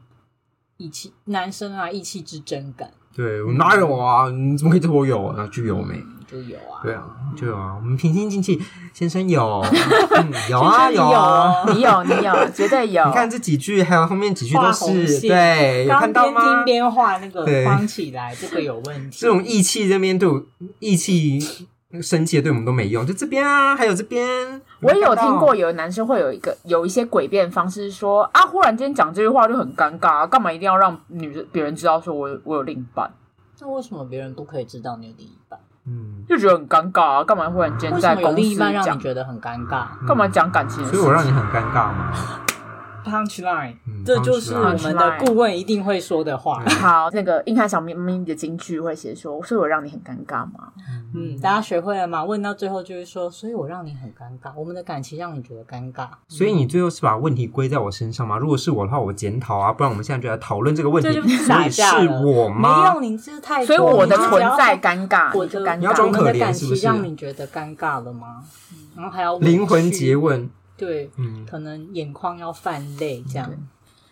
意气男生啊，意气之争感
对我哪有啊？你怎么可以对我有？啊？就有没？
就有啊。
对啊，就有啊。我们平心静气，先生有，嗯有啊
先生
有啊。
有
你有你 有，绝对有。
你看这几句，还有后面几句都
画红
是
线
对，有看
刚
到
边
吗
听？边画那个
对
框起来，这个有问题。
这种义气这边对我义气生气的对我们都没用，就这边啊，还有这边，
我也有听过
有
有男生会有一个有一些诡辩方式说啊，忽然间讲这句话就很尴尬、啊，干嘛一定要让女人别人知道说我有我有另一半，
那为什么别人不可以知道你有另一
没看
半？
到，嗯，
就觉得很尴尬啊，干嘛忽然间
为
在
什么有
公
另
司
一半让
讲
你，觉得很尴尬
干嘛讲感情的事
所以
情？
我让你很尴尬嘛。
？Punch line，
嗯
这就是我
punchline
们的顾问一定会说的话。
好，那个硬汉小咪咪的金句会写说，所以我让你很尴尬吗？
嗯，大家学会了吗？问到最后就是说，所以我让你很尴尬，我们的感情让你觉得尴尬，
所以你最后是把问题归在我身上吗？如果是我的话，我检讨啊，不然我们现在就来讨论这个问题。
这就是
所
打
以是
架了
我
没
吗
有？你这太多
所以我的
你只
存
要
在尴尬，
哎我
你就
的
尴
你要装
尬。
可
我们的
怜
感
是不
情
是
让你觉得尴尬了吗？然后还要
灵魂
结
诘问，
对，
嗯，
可能眼眶要泛泪这样。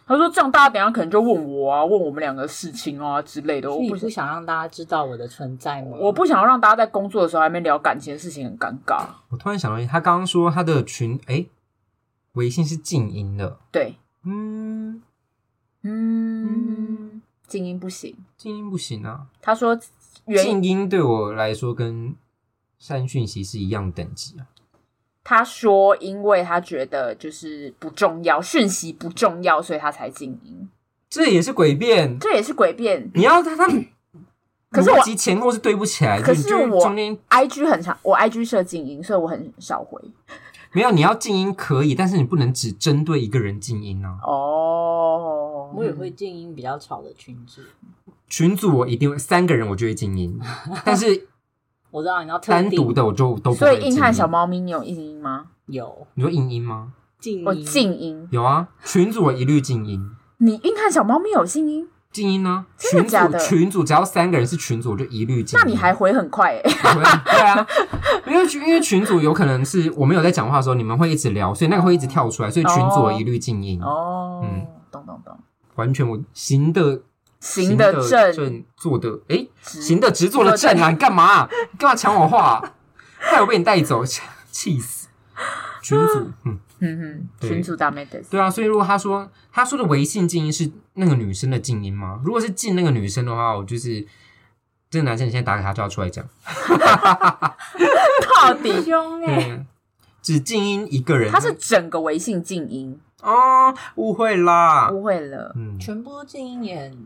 他说这样大家等一下可能就问我啊，问我们两个事情啊之类的。
所
我
以你
不
不
想，
想让大家知道我的存在吗？
我不想要让大家在工作的时候还没聊感情的事情，很尴尬。
我突然想到，他刚刚说他的群，哎，微信是静音的，
对，
嗯，
嗯，静音不行。
静音不行啊。
他说原
静音对我来说跟删讯息是一样等级啊。
他说因为他觉得就是不重要，讯息不重要，所以他才静音。
这也是诡辩。
这也是诡辩。
你要他他，
可是我
逻辑前后是对不起来的，
可是
你就
我
中间
I G 很长，我 I G 设静音，所以我很少回。
没有你要静音可以，但是你不能只针对一个人静音啊。
哦，
我也会静音比较吵的群组。
群组我一定会三个人我就会 静音，但是
我知道你要特
单
定
独的我就都不
所
会
以
静音
硬汉小，猫咪，你有硬音吗？
有
你说静音吗？
静音
我哦静音。
有啊，群组我一律静音。
你硬汉小猫咪有静音，
静音呢？
真
群
的假
组
的
群组只要三个人是群组，我就一律静
那
音。
你还回很快诶、欸
对啊，因为群因为群主有可能是我们有在讲话的时候，你们会一直聊，所以那个会一直跳出来，所以群主我一律静音，
哦，
嗯
懂懂懂，
完全我行的
行
的
得正
正，坐的诶，
直
行的直，坐的正啊！你干嘛啊、你干嘛抢我话、啊？害我被你带走，气死！群主，嗯，
嗯哼，
对
群主大妹的，
对啊，所以如果他说他说的微信静音是那个女生的静音吗？如果是静那个女生的话，我就是这个男生，你现在打给他就要出来讲。
到底
凶哎、
嗯，只静音一个人，
他是整个微信静音，
哦，误会啦。
误会了。
嗯，
全部都静音也很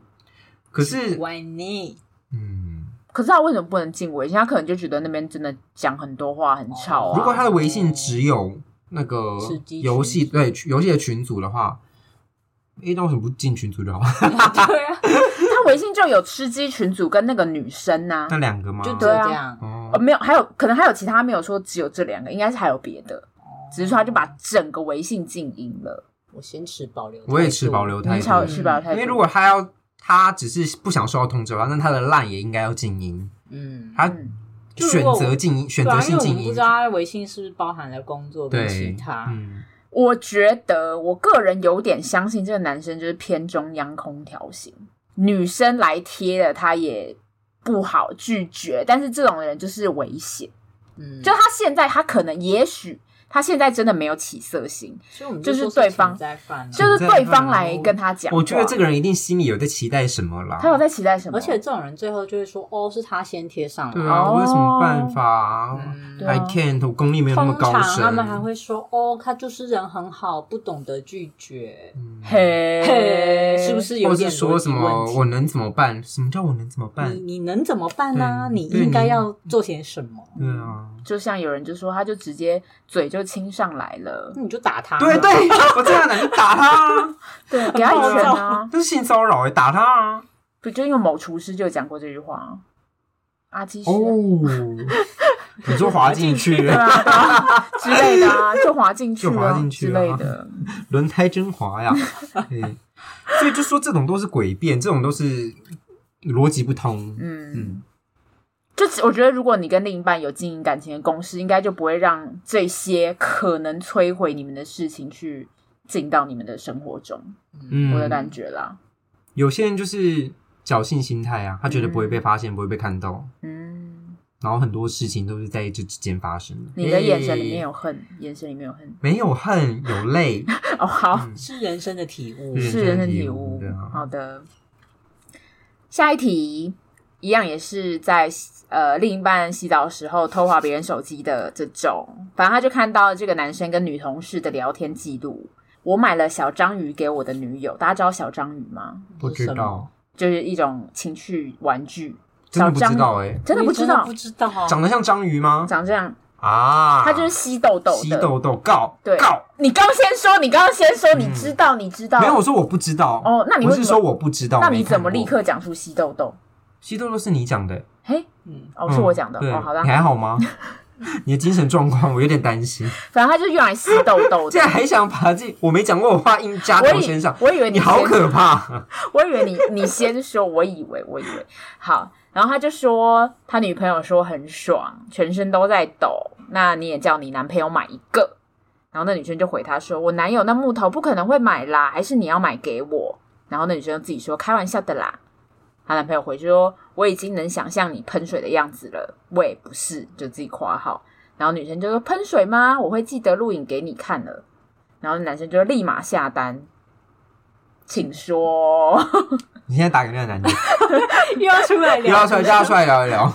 可是，
歪腻。
嗯，
可是他为什么不能进微信？他可能就觉得那边真的讲很多话很吵
如果
啊。
他的微信只有那个
吃鸡群
游戏对群游戏的群组的话，诶，那为什么不进群组就好？
对啊，
他微信就有吃鸡群组跟那个女生呐、
那两个吗？
就只
对
有
啊
这样。
哦，
呃，没有，还有可能还有其他没有说只有这两个，应该是还有别的，只是说他就把整个微信静音了。
我先持保留态度，
我也持保留态
你
度，
超是吧？
因为如果他要他只是不想收到通知的话，那他的 line 也应该要静音，
嗯，
他
嗯
就如
选
果
择静音，选
对啊
择，
因
性
为我
静
们不
音
知，道他微信是不是包含了工作跟
对，
其他。
嗯，
我觉得我个人有点相信这个男生就是偏中央空调型，女生来贴了他也不好拒绝，但是这种人就是危险。
嗯，
就他现在他可能也许他现在真的没有起色心，
所以我们
就是
说
对
潜
方
在犯
嗯
啊，
就是对方来跟他讲话。
我觉得这个人一定心里有在期待什么啦。
他有在期待什么？
而且这种人最后就会说：“哦，是他先贴上
对
来。
啊，
哦
我有什么办法
嗯
对啊
？I can't，我功力没有那么
哦
高
通常
深。
他们还会说：“哦，他就是人很好，不懂得拒绝。
嗯
嘿
嘿，是不？是有
或
点
是说什
逻
么
辑
我
问题
能怎么办？什么叫我能怎么办？
你你能怎么办呢、
对
你
对
应该
你
要做些什么？
对
嗯
啊，
就像有人就说，他就直接嘴就亲上来了，
那你就打他嘛。
对对， 我这样的，你打他啊，
对，给他一拳啊！
这是性骚扰哎，打他啊！
不就因为某厨师就有讲过这句话啊，阿基师啊、
哦，你就滑进 去
对，啊对啊 之类的 啊，就滑进去
就滑进去
之
啊
类的。
轮胎真滑 呀。对，所以就说这种都是诡辩，这种都是逻辑不通。
嗯，
嗯，
就只我觉得，如果你跟另一半有经营感情的共识，应该就不会让这些可能摧毁你们的事情去进到你们的生活中。
嗯
我的感觉啦，
有些人就是侥幸心态啊，他觉得不会
嗯
被发现，不会被看到，
嗯，
然后很多事情都是在这之间发生的。
你的眼神里面有恨，眼神里面有恨。
没有恨，有 泪，
哦，好，
嗯
是人生的体悟。
嗯
是人生体
体
悟
悟对啊。
好的，下一题一样也是在呃另一半洗澡的时候偷划别人手机的这种，反正他就看到这个男生跟女同事的聊天记录。我买了小章鱼给我的女友，大家知道小章鱼吗？
不知
是什么
道，
就是一种情趣玩具，
真
小
的不
章
知道
鱼
哎、
真的不知道
不，知道啊。
长得像章鱼吗？
长这样，
啊，
它就是吸痘痘
吸
的。
痘痘告
对
告，
你刚先说，你刚先说，你
嗯
知道，你知道。
没有我说我不知道
哦那你
我
为
是
什么
说我不知道，
那
没
你
看
怎么立
过
刻讲出吸痘痘？
吸痘痘是你讲的？
嘿，
嗯，
哦，是我讲的。
嗯对
哦，好的
你。还 好吗？你的精神状况我有点担心，
反正他就是用来吸痘痘 的
竟。然还想把自己我没讲过的话硬加
我
到我身
以
上，
我以为
你
先
好可怕！
我以为你你先说，我以为我以为好，然后他就说他女朋友说很爽，全身都在抖，那你也叫你男朋友买一个。然后那女生就回他说：“我男友那木头不可能会买啦，还是你要买给我？”然后那女生就自己说：“开玩笑的啦。”她男朋友回去说：“我已经能想象你喷水的样子了。”喂，不是，就自己夸号。然后女生就说：“喷水吗？我会记得录影给你看了。”然后男生就立马下单，请说。
你现在打给那个男的，
又要出来
又要
聊。
出来叫他出来聊 一聊，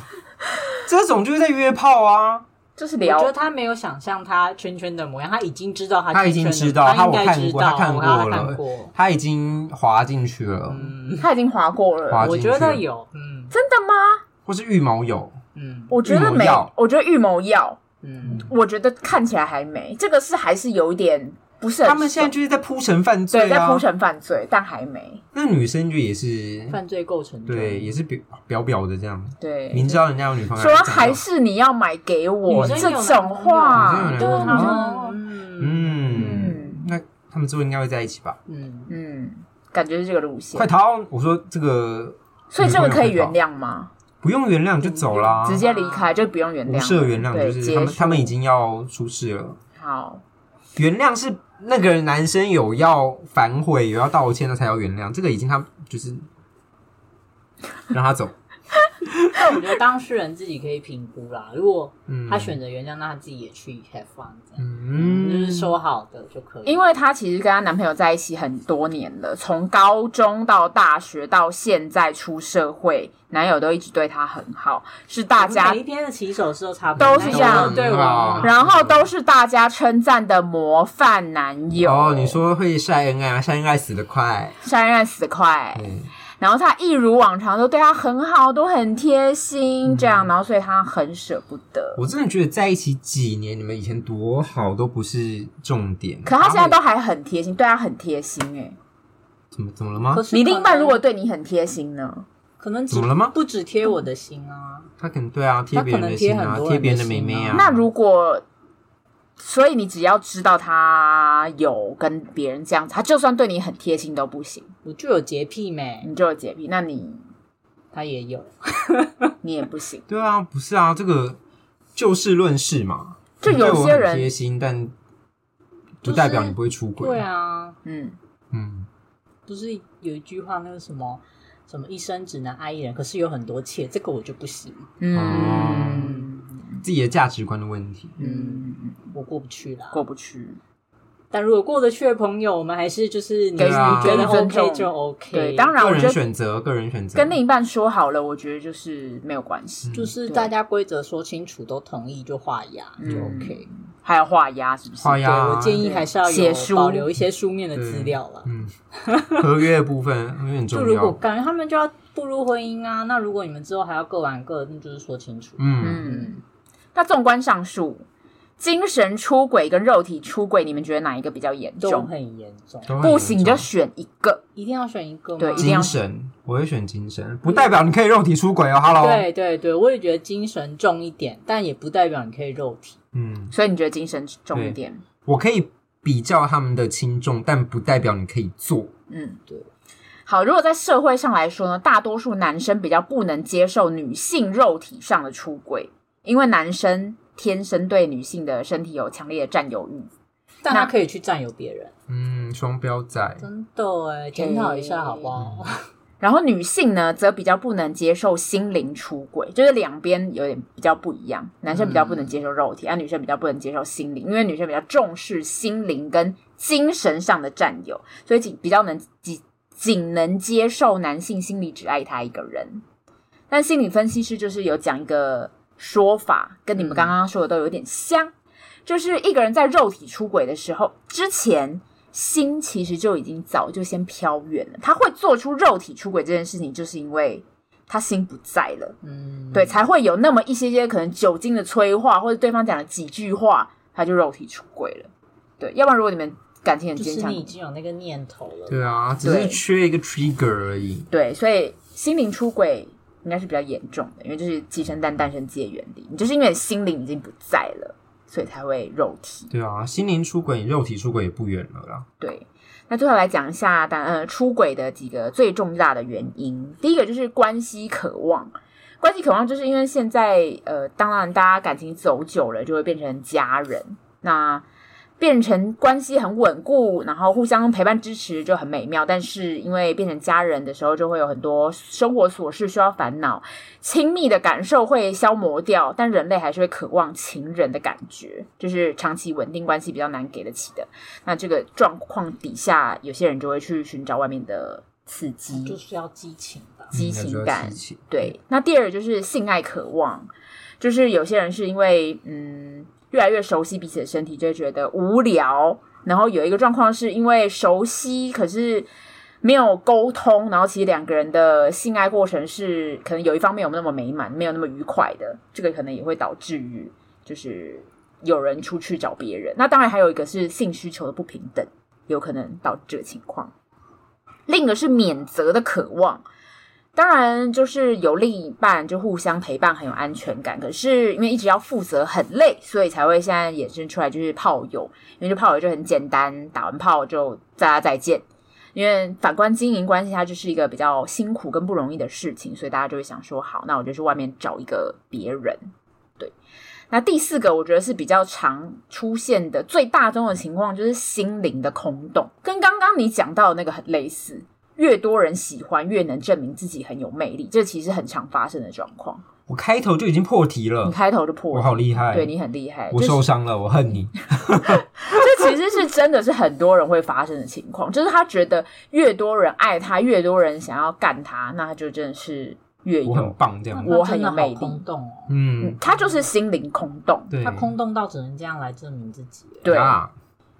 这种就是在约炮啊！
就是
我
聊
觉得他没有想象他圈圈的模样，他已经知道他
他已
圈圈
经
的
知道
他
他
应
我
该
看
知
过
道，
他看
我刚刚
过
看
了
过。
他已经滑进去了，
嗯，
他已经划过了，
滑
我
进去
觉
了，
得有，嗯
真的吗？
或是预谋有，
嗯
我觉
预
得
谋
没
药，
我觉得预谋药，
嗯，
我觉得看起来还没，这个是还是有一点不是很熟。
他们现在就是在铺陈犯罪
对在
啊
铺。陈犯罪，但还没
那女生就也是
犯罪构成中
对，也是表表表的这样，
对
明知道人家有女朋友，
说
还是这样
还是你要买给我
女生
这
有男
种
朋友
话
女，生
对
有男朋友
啊
哦，嗯
嗯，
嗯
那他们之后应该会在一起吧？
嗯，
嗯，感觉是这个路线
快，逃！我说这个
所以这个可以
女朋
原
友快逃
谅吗？
不用原谅就走啦，
直接离开就不用原
无
谅，
赦原谅，
对
就是
结
他们
束
他们已经要出事了。
好，
原谅是那个男生有要反悔，有要道歉，那才要原谅。这个已经他就是让他走，
但我觉得当事人自己可以评估啦。如果
嗯，
他选择原谅，那他自己也去 have fun，这样
嗯，
就是说好的就可以。
因为她其实跟她男朋友在一起很多年了，从高中到大学到现在出社会，男友都一直对她很好，是大
我
家
们每一天的起手式都差不
都
多，
是这样
那个对我
啊
很好，
然后都是大家称赞的模范男友。
哦，你说会晒恩爱吗？晒恩爱死得快，
晒恩爱死快，
嗯，
然后他一如往常都对她很好，都很贴
嗯
心，这样，然后所以她很舍不得。
我真的觉得在一起几年，你们以前多好都不是重点。
可她现在
他
都
会
还很贴心，对她很贴心哎、
怎么怎么了吗
可？是
你另一
可
半
能
如果对你很贴心呢？
可能只
怎么了吗
不止贴我的心啊，
他可能对啊，贴
他
别
可
人
能
的
贴
心
很
啊，
多
贴
人
别人
的
的妹
心
妹
啊
啊。
那如果，所以你只要知道他有跟别人这样子，他就算对你很贴心都不行，
我就有洁癖没，
你就有洁癖，那你
他也有。
你也不行。
对啊，不是啊，这个就事论事嘛。
就
你对
有
我
些
很
人
贴心，但
就
不代表
是
你不会出轨。
对，啊，
嗯，
嗯，
不是有一句话那个什么什么一生只能爱一人，可是有很多妾，这个我就不行，
哦
嗯
自己的价值观的问题。
嗯，
我过不去啦。
过不去。
但如果过得去的朋友，我们还是就是你
给
觉
予给予
得
尊重
OK 就 OK。
对，当然
个
我觉
人
得
选择，个人选择，
跟另一半说好了，我觉得就是没有关系。
就是
对
大家规则说清楚，都同意就画押
嗯
就 OK。
还有画押是不是？
画押啊
对我建议还是要
写
有
书
保留一些书面的资料啦。
嗯，合约的部分合约很
就
重
如果
要。
感觉他们就要步入婚姻啊，那如果你们之后还要各玩各，那就是说清楚。
嗯，
嗯，那纵观上述，精神出轨跟肉体出轨，你们觉得哪一个比较严
都
重？
很严重，
都很
不行，你就
严重
选一个。
一定要选一个吗？
对一定要
精神，我会选精神，不代表你可以肉体出
嗯
轨哦。Hello，
对对对，我也觉得精神重一点，但也不代表你可以肉体。
嗯，
所以你觉得精神重一点？
我可以比较他们的轻重，但不代表你可以做。
嗯，
对。
好，如果在社会上来说呢，大多数男生比较不能接受女性肉体上的出轨，因为男生天生对女性的身体有强烈的占有欲。
但
那
他可以去占有别人，
嗯，双标仔，
真的哎，检讨一下好不好？
然后女性呢，则比较不能接受心灵出轨，就是两边有点比较不一样。男生比较不能接受肉体，而、啊女生比较不能接受心灵，因为女生比较重视心灵跟精神上的占有，所以仅比较能仅仅能接受男性心里只爱他一个人。但心理分析师就是有讲一个说法，跟你们刚刚说的都有点像，就是一个人在肉体出轨的时候之前，心其实就已经早就先飘远了。他会做出肉体出轨这件事情，就是因为他心不在了，
嗯，
对，才会有那么一些些可能酒精的催化，或者对方讲了几句话，他就肉体出轨了。对，要不然如果你们感情很
就
坚
是
强
你，已经有那个念头了。
对啊，只
对
是缺一个 trigger 而已。
对，所以心灵出轨应该是比较严重的，因为就是鸡生蛋，蛋生鸡的原理，你就是因为心灵已经不在了，所以才会肉体。
对啊，心灵出轨、肉体出轨也不远了啦。
对，那最后来讲一下，但呃，出轨的几个最重大的原因，第一个就是关系渴望。关系渴望就是因为现在呃，当然大家感情走久了就会变成家人，那变成关系很稳固，然后互相陪伴支持就很美妙。但是因为变成家人的时候，就会有很多生活琐事需要烦恼，亲密的感受会消磨掉，但人类还是会渴望情人的感觉，就是长期稳定关系比较难给得起的。那这个状况底下，有些人就会去寻找外面的刺激，
嗯就是要激情吧。
激
嗯那就
情
要
感
激，情
对，那第二就是性爱渴望，就是有些人是因为嗯越来越熟悉彼此的身体，就会觉得无聊。然后有一个状况是因为熟悉，可是没有沟通，然后其实两个人的性爱过程是可能有一方面有那么美满，没有那么愉快的，这个可能也会导致于就是有人出去找别人。那当然还有一个是性需求的不平等，有可能导致这个情况。另一个是免责的渴望，当然，就是有另一半就互相陪伴很有安全感。可是因为一直要负责很累，所以才会现在衍生出来就是炮友，因为就炮友就很简单，打完炮就大家再见。因为反观经营关系，它就是一个比较辛苦跟不容易的事情，所以大家就会想说，好，那我就去外面找一个别人。对，那第四个我觉得是比较常出现的最大宗的情况，就是心灵的空洞，跟刚刚你讲到的那个很类似。越多人喜欢，越能证明自己很有魅力，这其实很常发生的状况。
我开头就已经破题
你
了，
开头就破
我
了，
好厉害，
对你很厉害，
我
就是
受伤了，我恨你。
这其实是真的是很多人会发生的情况，就是他觉得越多人爱他，越多人想要干他，那他就真的是越
我很
有，
棒这样。
我很有
那他真的好
魅力
空洞哦，
嗯
嗯，
他就是心灵空洞。
对，
他空洞到只能这样来证明自己。
对，
啊，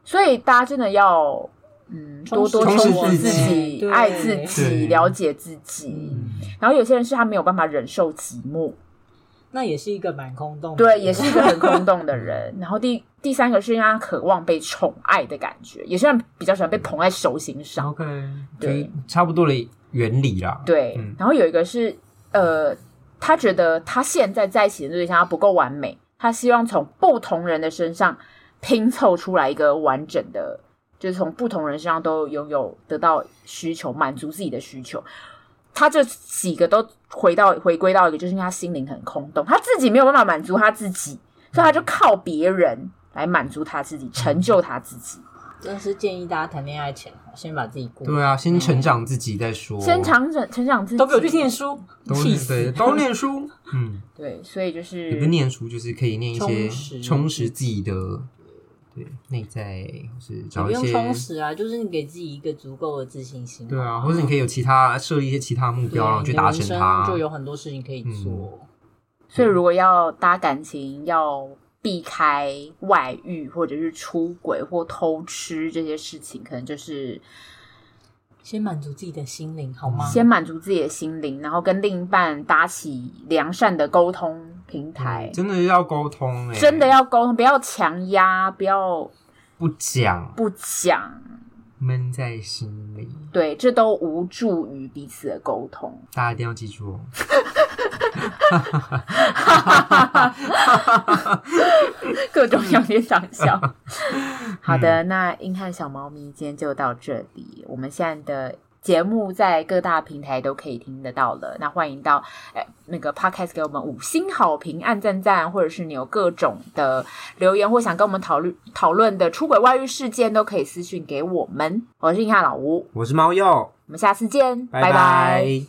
所以大家真的要嗯多
充实
多
充实
充实
自
自
己
己，
对
爱自己，
对
了解自己。
嗯，
然后有些人是他没有办法忍受寂寞，
那也是一个蛮空洞的。
对，也是一个很空洞的人。然后第第三个是因为他渴望被宠爱的感觉，也是比较喜欢被捧在手心上。
OK，
对
就是差不多的原理啦。
对，
嗯
然后有一个是呃，他觉得他现在在一起的对象他不够完美，他希望从不同人的身上拼凑出来一个完整的，就是从不同人身上都拥有得到需求，满足自己的需求。他这几个都回到回归到一个，就是因为他心灵很空洞，他自己没有办法满足他自己，所以他就靠别人来满足他
嗯
自己，成就他自己。
真的是建议大家谈恋爱前先把自己顾好。
对啊，先成长自己再说。
先成长成长自己，
都给我去念书，
都
气
是对，
死！
都念 书。嗯，
对，所以就是
也不是念书，就是可以念一些
充实
充实自己的对内在，或是
也
找
不
一
用
些
充实啊，就是你给自己一个足够的自信心。
对啊，或者你可以有其他设立一些其他目
对
标，然后去达成
你的人
它
生。就有很多事情可以做。
嗯
所以如果要搭感情，要避开外遇或者是出轨或偷吃这些事情，可能就是
先满足自己的心灵，好
嗯
吗？
先满足自己的心灵，然后跟另一半搭起良善的沟通平台
嗯。真的要沟通哎、
真的要沟通，不要强压，不要
不讲，
不讲，
闷在心里，
对，这都无助于彼此的沟通。
大家一定要记住哦。
各种有点想 笑。好的，
嗯
那硬汉小猫咪今天就到这里。我们现在的节目在各大平台都可以听得到了，那欢迎到哎、呃那个 podcast 给我们五星好评、按赞赞，或者是你有各种的留言或想跟我们讨论讨论的出轨外遇事件，都可以私讯给我们。我是硬汉老吴，
我是猫鼬，
我们下次见，
拜
拜
拜